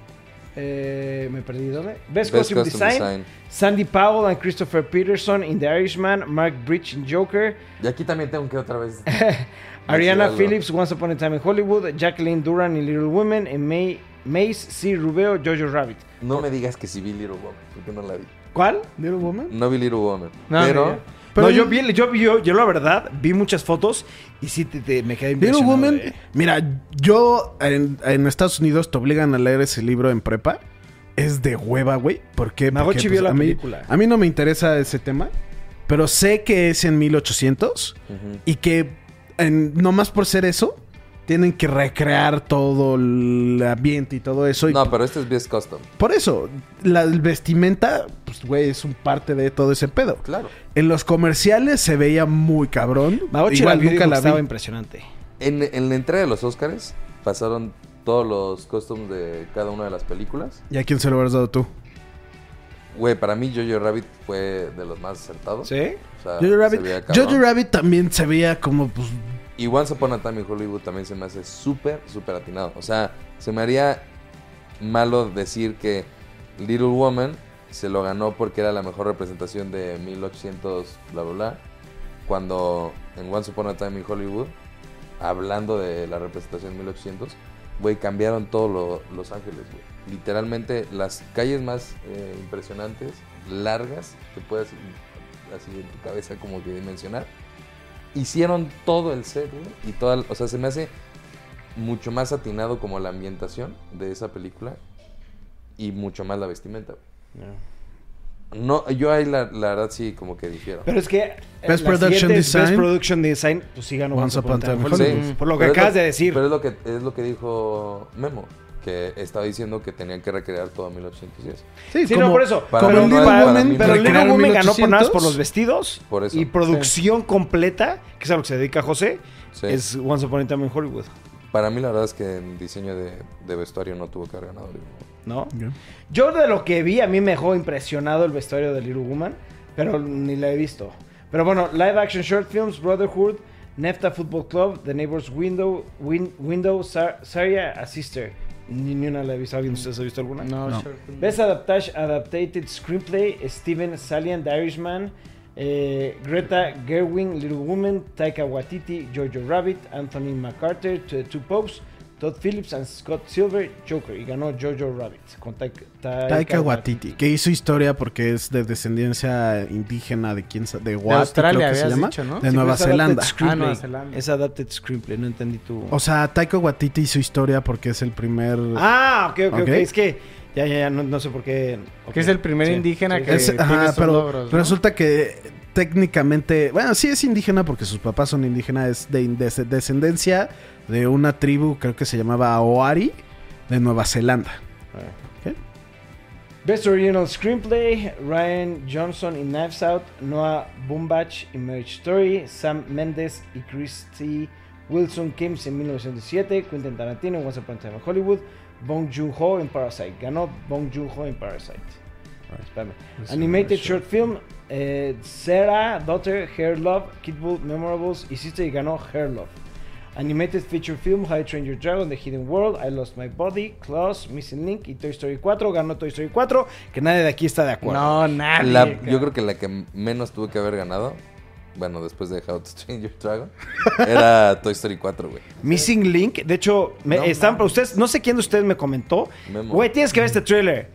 S1: Eh, me perdí dónde. Best,
S2: Best
S1: Costume,
S2: Costume
S1: Design.
S2: Design.
S1: Sandy Powell and Christopher Peterson in The Irishman. Mark Bridge in Joker.
S2: Y aquí también tengo que otra vez.
S1: [laughs] Ariana
S2: Decir algo.
S1: Phillips, Once Upon a Time in Hollywood, Jacqueline Duran in Little Women, and May, Mace C. Rubeo, Jojo Rabbit.
S2: No me digas que sí vi Little Woman, porque no la vi.
S1: ¿Cuál?
S3: ¿Little Woman?
S2: No vi Little Woman.
S4: No,
S2: pero
S4: mira.
S1: no,
S3: Pero-
S1: yo vi, yo, vi- yo, yo la verdad vi muchas fotos y sí te, te- me quedé
S3: Little
S1: impresionado. eh.
S3: Woman,
S1: de-
S3: mira, yo en, en Estados Unidos te obligan a leer ese libro en prepa. es de hueva, güey. ¿Por qué?
S1: Magochi
S3: Porque, pues,
S1: vio la
S3: a mí-
S1: película.
S3: A mí no me interesa ese tema, pero sé que es en 1800
S2: Ujú.
S3: y que en- nomás por ser eso, tienen que recrear todo el ambiente y todo eso. y
S2: No, pero este es Best Custom.
S3: Por eso, la el vestimenta, pues, güey, es un parte de todo ese pedo.
S2: Claro.
S3: En los comerciales se veía muy cabrón.
S1: Magochi
S3: Igual
S1: la vio y
S3: nunca
S1: dijo
S3: la
S1: que estaba
S3: vi.
S1: impresionante.
S2: En, en la entrega de los Oscars pasaron todos los costumes de cada una de las películas.
S3: ¿Y a quién se lo hubieras dado tú?
S2: Güey, para mí Jojo Rabbit fue de los más acertados.
S1: ¿Sí?
S2: O sea,
S3: Jojo Rabbit,
S2: se veía cabrón.
S3: Jojo Rabbit también se veía como, pues,
S2: Y Once Upon a Time in Hollywood también se me hace súper, súper atinado. O sea, se me haría malo decir que Little Woman se lo ganó porque era la mejor representación de 1800, bla, bla, bla. Cuando en Once Upon a Time in Hollywood, hablando de la representación de 1800, güey, cambiaron todo lo- Los Ángeles, güey. Literalmente las calles más eh, impresionantes, largas, que puedes así en tu cabeza como que dimensionar hicieron todo el set, güey, y toda, o sea, se me hace mucho más atinado como la ambientación de esa película y mucho más la vestimenta. güey. No, yo ahí la, la verdad sí como que difiero.
S1: Pero es que. eh,
S3: Best
S1: la
S3: Production
S1: siguiente es
S3: Design.
S1: Best Production Design, pues sí ganó Once Upon a Time. in
S2: Sí.
S1: Hollywood. Por lo que
S2: Pero es
S1: acabas de decir.
S2: Pero es lo que es lo que dijo Memo, que estaba diciendo que tenían que recrear todo 1810.
S1: Sí, no, por eso.
S2: Para
S1: pero
S2: mí
S1: Little
S2: no es- para
S1: Women-
S2: mí no
S1: pero
S2: es-
S1: Little Women ganó por nada más por
S3: 1800.
S1: los vestidos
S2: Por eso.
S1: y producción completa, que es a lo que se dedica José,
S2: Sí.
S1: es Once Upon a Time in Hollywood,
S2: Para mí la verdad es que en diseño de, de vestuario no tuvo que haber ganado. güey.
S1: ¿no? Yo de lo que vi, a mí me dejó impresionado el vestuario de Little Woman, pero ni la he visto. Pero bueno, Live Action Short Films, Brotherhood, Nefta Football Club, The Neighbor's Window, Win- Window, Sar- Saria, A Sister. Ni, ni una la he visto. ¿Alguien de ustedes ha visto alguna?
S4: No, No. Short Film.
S1: Best Adaptation, Adapted Screenplay, Steven Salian, The Irishman, eh, Greta Gerwin, Little Woman, Taika Waititi, Jojo Rabbit, Anthony McCarter, The Two Popes, Todd Phillips and Scott Silver, Joker. Y ganó Jojo Rabbit con Taika, Taika
S3: Taika Waititi, que hizo historia porque es de descendencia indígena de quién sa- de Wati,
S4: Australia,
S3: creo que se
S4: habías
S3: llama,
S4: dicho, ¿no?
S3: de
S4: Sí,
S3: Nueva
S4: pero es adapted
S3: Zelanda.
S4: screenplay. Ah, Nueva Zelanda.
S1: Es Adapted Screenplay, no entendí tu...
S3: O sea, Taika Waititi hizo historia porque es el primer
S1: ah, ok, ok, ok.
S3: Ok.
S1: Es que ya, ya, ya, no, no sé por qué...
S4: Que es el primer indígena que
S3: Es-
S4: tiene
S3: ajá,
S4: esos
S3: pero
S4: logros, ¿no?
S3: resulta que técnicamente, bueno, sí es indígena porque sus papás son indígenas, es de, in- de- descendencia de una tribu, creo que se llamaba Oari, de Nueva Zelanda.
S1: Best Original Screenplay, Ryan Johnson in Knives Out, Noah Bumbach in Marriage Story, Sam Mendes y Christy Wilson Kim's en 1917, Quentin Tarantino en Once Upon a Time in Hollywood, Bong Joon-ho en Parasite. Ganó Bong Joon-ho en Parasite. Espérame.
S5: Ese
S1: Animated
S5: no es
S1: Short Film, eh, Sarah, Daughter, Hair Love, Kid Bull, Memorables, hiciste y ganó Hair Love. Animated Feature Film, How to Train Your Dragon, The Hidden World, I Lost My Body, Klaus, Missing Link y Toy Story 4. Ganó Toy Story 4, que nadie de aquí está de acuerdo.
S4: No,
S1: Ah,
S4: nadie.
S2: La-
S4: cabrón.
S2: yo creo que la que menos tuvo que haber ganado, bueno, después de How to Train Your Dragon, [laughs] era Toy Story 4, güey.
S1: Missing Link, de hecho, me eh,
S2: No
S1: están para ustedes, no sé quién de ustedes me comentó.
S2: Memo.
S1: Güey, tienes que ver este trailer.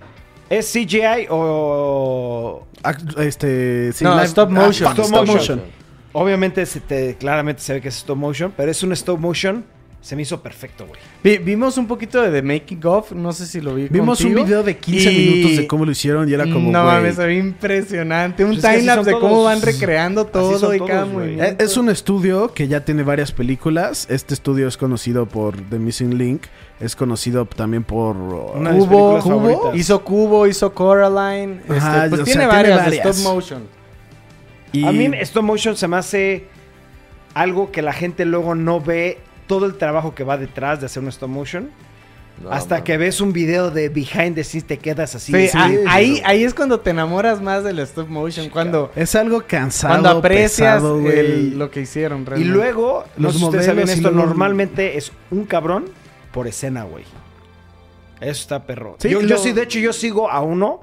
S1: ¿Es CGI o
S3: Ac- Este, sí,
S4: No,
S3: live-
S4: stop
S3: ah,
S4: motion.
S3: fuck,
S1: Stop
S3: stop
S1: motion.
S3: motion.
S1: Obviamente se te, claramente se ve que es stop motion, pero es un stop motion. Se me hizo perfecto, güey.
S4: Vi- vimos un poquito de The Making of, no sé si lo vi.
S3: Vimos
S4: contigo,
S3: un video de 15
S4: y-
S3: minutos de cómo lo hicieron y era como
S4: No
S3: güey,
S4: mames, se ve impresionante. Un
S1: Pues es que así
S4: time-lapse de
S1: son
S4: cómo
S1: todos.
S4: van recreando todo
S1: son
S4: y cada
S1: todos, güey.
S3: Eh,
S4: movimiento.
S3: Es un estudio que ya tiene varias películas. Este estudio es conocido por The Missing Link. Es conocido también por. uh,
S1: Una de mis
S4: Cubo,
S1: películas
S4: Cubo,
S1: favoritas.
S4: hizo Cubo, hizo Coraline. este,
S3: Ajá,
S4: pues
S3: o sea,
S4: tiene
S3: tiene
S4: varias, de
S3: varias.
S4: stop motion.
S3: y-
S1: A mí stop motion se me hace algo que la gente luego no ve todo el trabajo que va detrás de hacer un stop motion.
S2: No,
S1: hasta
S2: mames.
S1: que ves un video de behind the scenes te quedas así. Ah,
S4: Sí,
S1: Sí,
S4: a-
S1: sí.
S4: ahí, ahí es cuando te enamoras más del stop motion. Cuando,
S3: Es algo cansado.
S4: cuando aprecias
S3: pesado, güey.
S4: el- lo que hicieron
S1: y
S4: realmente.
S1: luego, no
S3: Los
S1: sé si ustedes
S3: modelos
S1: sabían
S3: y
S1: esto,
S3: luego-
S1: normalmente es un cabrón por escena, güey. Eso está perro.
S3: Sí,
S1: yo, yo
S3: lo-
S1: sí, de hecho, yo sigo a uno.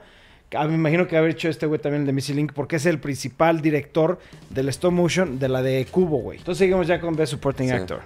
S1: que a- Me imagino que haber hecho este güey también el de Missy Link, porque es el principal director del stop motion de la de Cubo, güey. Entonces seguimos ya con Best Supporting
S2: Sí.
S1: Actor.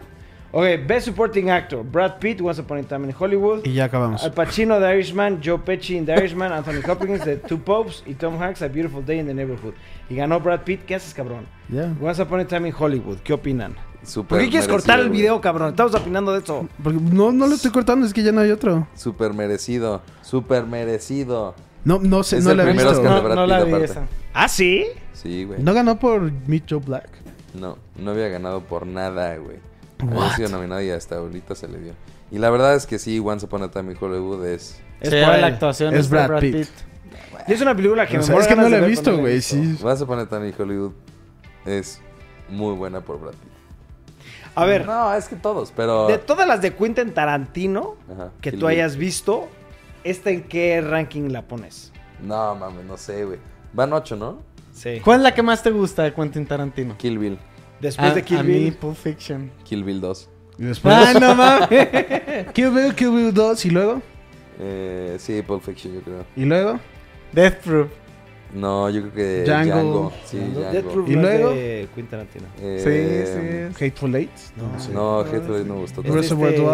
S1: Ok, Best Supporting Actor. Brad Pitt, Once Upon a Time in Hollywood.
S3: Y ya acabamos.
S1: Al Pacino, The Irishman, Joe Pesci in The Irishman, Anthony Hopkins, The Two Popes y Tom Hanks, A Beautiful Day in the Neighborhood. Y ganó Brad Pitt. ¿Qué haces, cabrón?
S3: Ya.
S1: Once Upon a Time in Hollywood. ¿Qué opinan?
S2: Súper
S1: ¿Por qué quieres
S2: merecido,
S1: cortar el
S2: güey.
S1: video, cabrón? Estamos opinando de eso.
S3: Porque no, no lo estoy cortando, es que ya no hay otro.
S2: Súper merecido. Súper merecido.
S3: No, no sé,
S2: Es
S3: no
S2: el
S3: la he
S2: primer
S3: visto.
S2: Oscar de Brad Pitt, aparte.
S1: ¿Ah, sí?
S2: Sí, güey.
S3: ¿No ganó por Meet Joe Black?
S2: No, no había ganado por nada, güey.
S3: What?
S2: Había sido nominado y hasta ahorita se le dio. Y la verdad es que sí, Once Upon a Time in Hollywood es...
S1: Es Sí, por la él. actuación
S3: es Brad Brad Pitt. Pitt.
S1: Y es una película que
S3: O
S1: me
S3: sea,
S1: muero
S3: es que
S1: ganas de
S3: no la he
S1: ver
S3: visto,
S1: cuando la
S3: güey.
S1: vi.
S3: Sí.
S2: Once Upon a Time in Hollywood es muy buena por Brad Pitt.
S1: A ver.
S2: No, es que todos, pero...
S1: De todas las de Quentin Tarantino
S2: Ajá,
S1: que
S2: Kill
S1: tú
S2: Bill.
S1: hayas visto, ¿esta en qué ranking la pones?
S2: No, mames, no sé, güey. Van ocho, ¿no?
S1: Sí.
S4: ¿Cuál es la que más te gusta de Quentin Tarantino?
S2: Kill Bill.
S1: Ah,
S3: Ah,
S4: A- a mí, Pulp Fiction.
S2: Kill Bill 2.
S3: Y después-
S4: [laughs] Ah, no mames.
S3: Kill Bill, Kill Bill 2 y luego.
S2: Eh, sí, Pulp Fiction, yo creo.
S3: ¿Y luego?
S4: Death Proof.
S2: No, yo creo que
S3: Django.
S2: Django. Sí,
S3: Django.
S2: Django.
S3: Death Proof ¿Y no es luego?
S1: de Quentin Tarantino.
S2: Eh,
S3: Sí, sí. Hateful Eight. No, no sé.
S2: No, Hateful Eight no me gustó
S3: Es Reservoir
S1: este-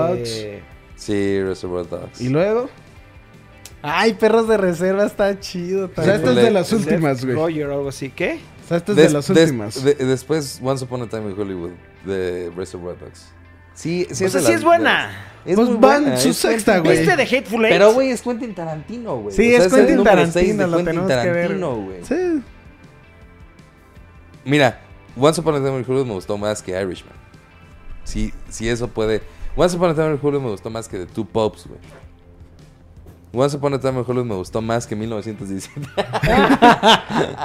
S3: Dogs.
S2: Sí, Reservoir Dogs.
S3: ¿Y luego?
S4: Ay, Perros de Reserva está chido.
S3: O sea, esta es de las
S1: Left
S3: últimas, güey. O
S1: Roger o algo así. ¿Qué?
S3: sea, esta es
S2: Des-
S3: de las
S2: des-
S3: últimas.
S2: de- después, Once Upon a Time in Hollywood, de Reservoir Dogs. Sí, sí
S1: O
S2: es,
S1: sea, sí
S2: de las-
S1: Pues es buena.
S2: de las- es
S1: Pues
S2: muy
S1: van
S2: buena,
S1: su
S2: es
S1: sexta,
S2: Quentin-
S1: güey. ¿Viste de Hateful Eight?
S2: Pero, güey, es Quentin Tarantino, güey.
S4: Sí,
S2: O sea,
S4: es
S2: el
S4: Quentin
S2: número seis de
S4: Tarantino, lo
S2: Quentin
S4: tenemos que ver.
S2: Tarantino, güey.
S3: Sí.
S2: Mira, Once Upon a Time in Hollywood me gustó más que Irishman. Si, si eso puede. Once Upon a Time in Hollywood me gustó más que The Two Pops, güey. Once Upon a Time in Hollywood me gustó más que 1917.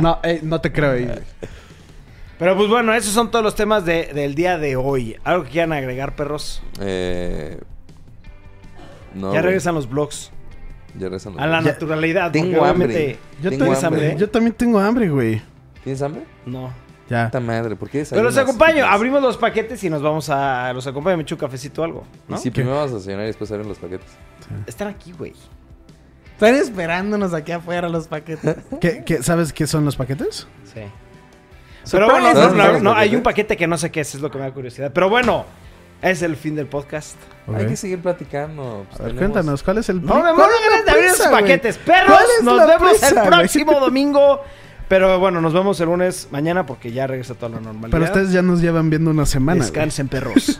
S3: No, eh, no te creo ahí, güey.
S1: Pero pues bueno, esos son todos los temas de- del día de hoy. ¿Algo que quieran agregar, perros?
S2: [laughs] Eh, no,
S1: ya
S2: güey.
S1: regresan los blogs.
S2: Ya regresan los
S1: A la
S2: blogs.
S1: naturalidad.
S2: Tengo
S1: porque
S2: hambre.
S1: obviamente-
S3: Yo,
S2: Tengo
S3: también-
S2: hambre.
S3: yo también tengo hambre, güey.
S2: ¿Tienes hambre?
S1: No.
S3: Ya.
S2: Puta madre, ¿por qué
S1: Pero los
S2: desayunas?
S1: acompaño. Abrimos los paquetes y nos vamos a... Los acompaño. Me echo un cafecito o algo.
S2: Y
S1: ¿no?
S2: si primero vamos a cenar y después abren los paquetes.
S1: Están aquí, güey.
S4: Están esperándonos aquí afuera los paquetes.
S3: ¿Qué, qué, sabes qué son los paquetes?
S1: Sí. Pero bueno, no,
S2: ¿Sabes
S1: no,
S2: los
S1: no,
S2: paquetes?
S1: hay un paquete que no sé qué es. Es lo que me da curiosidad. Pero bueno, es el fin del podcast.
S3: Ok.
S2: Hay que seguir platicando. pues,
S3: A ver,
S2: tenemos-
S3: cuéntanos, ¿cuál es el
S1: No, me
S3: ¿cuál
S1: muero
S3: es la
S1: ganas de abrir
S3: prisa,
S1: esos
S3: güey?
S1: paquetes.
S3: ¿Cuál
S1: Perros,
S3: es
S1: nos
S3: la
S1: vemos
S3: prisa,
S1: el
S3: güey? [laughs]
S1: próximo domingo. Pero bueno, nos vemos el lunes mañana porque ya regresa toda la normalidad.
S3: Pero ustedes ya nos llevan viendo una semana. güey.
S1: Descansen, perros.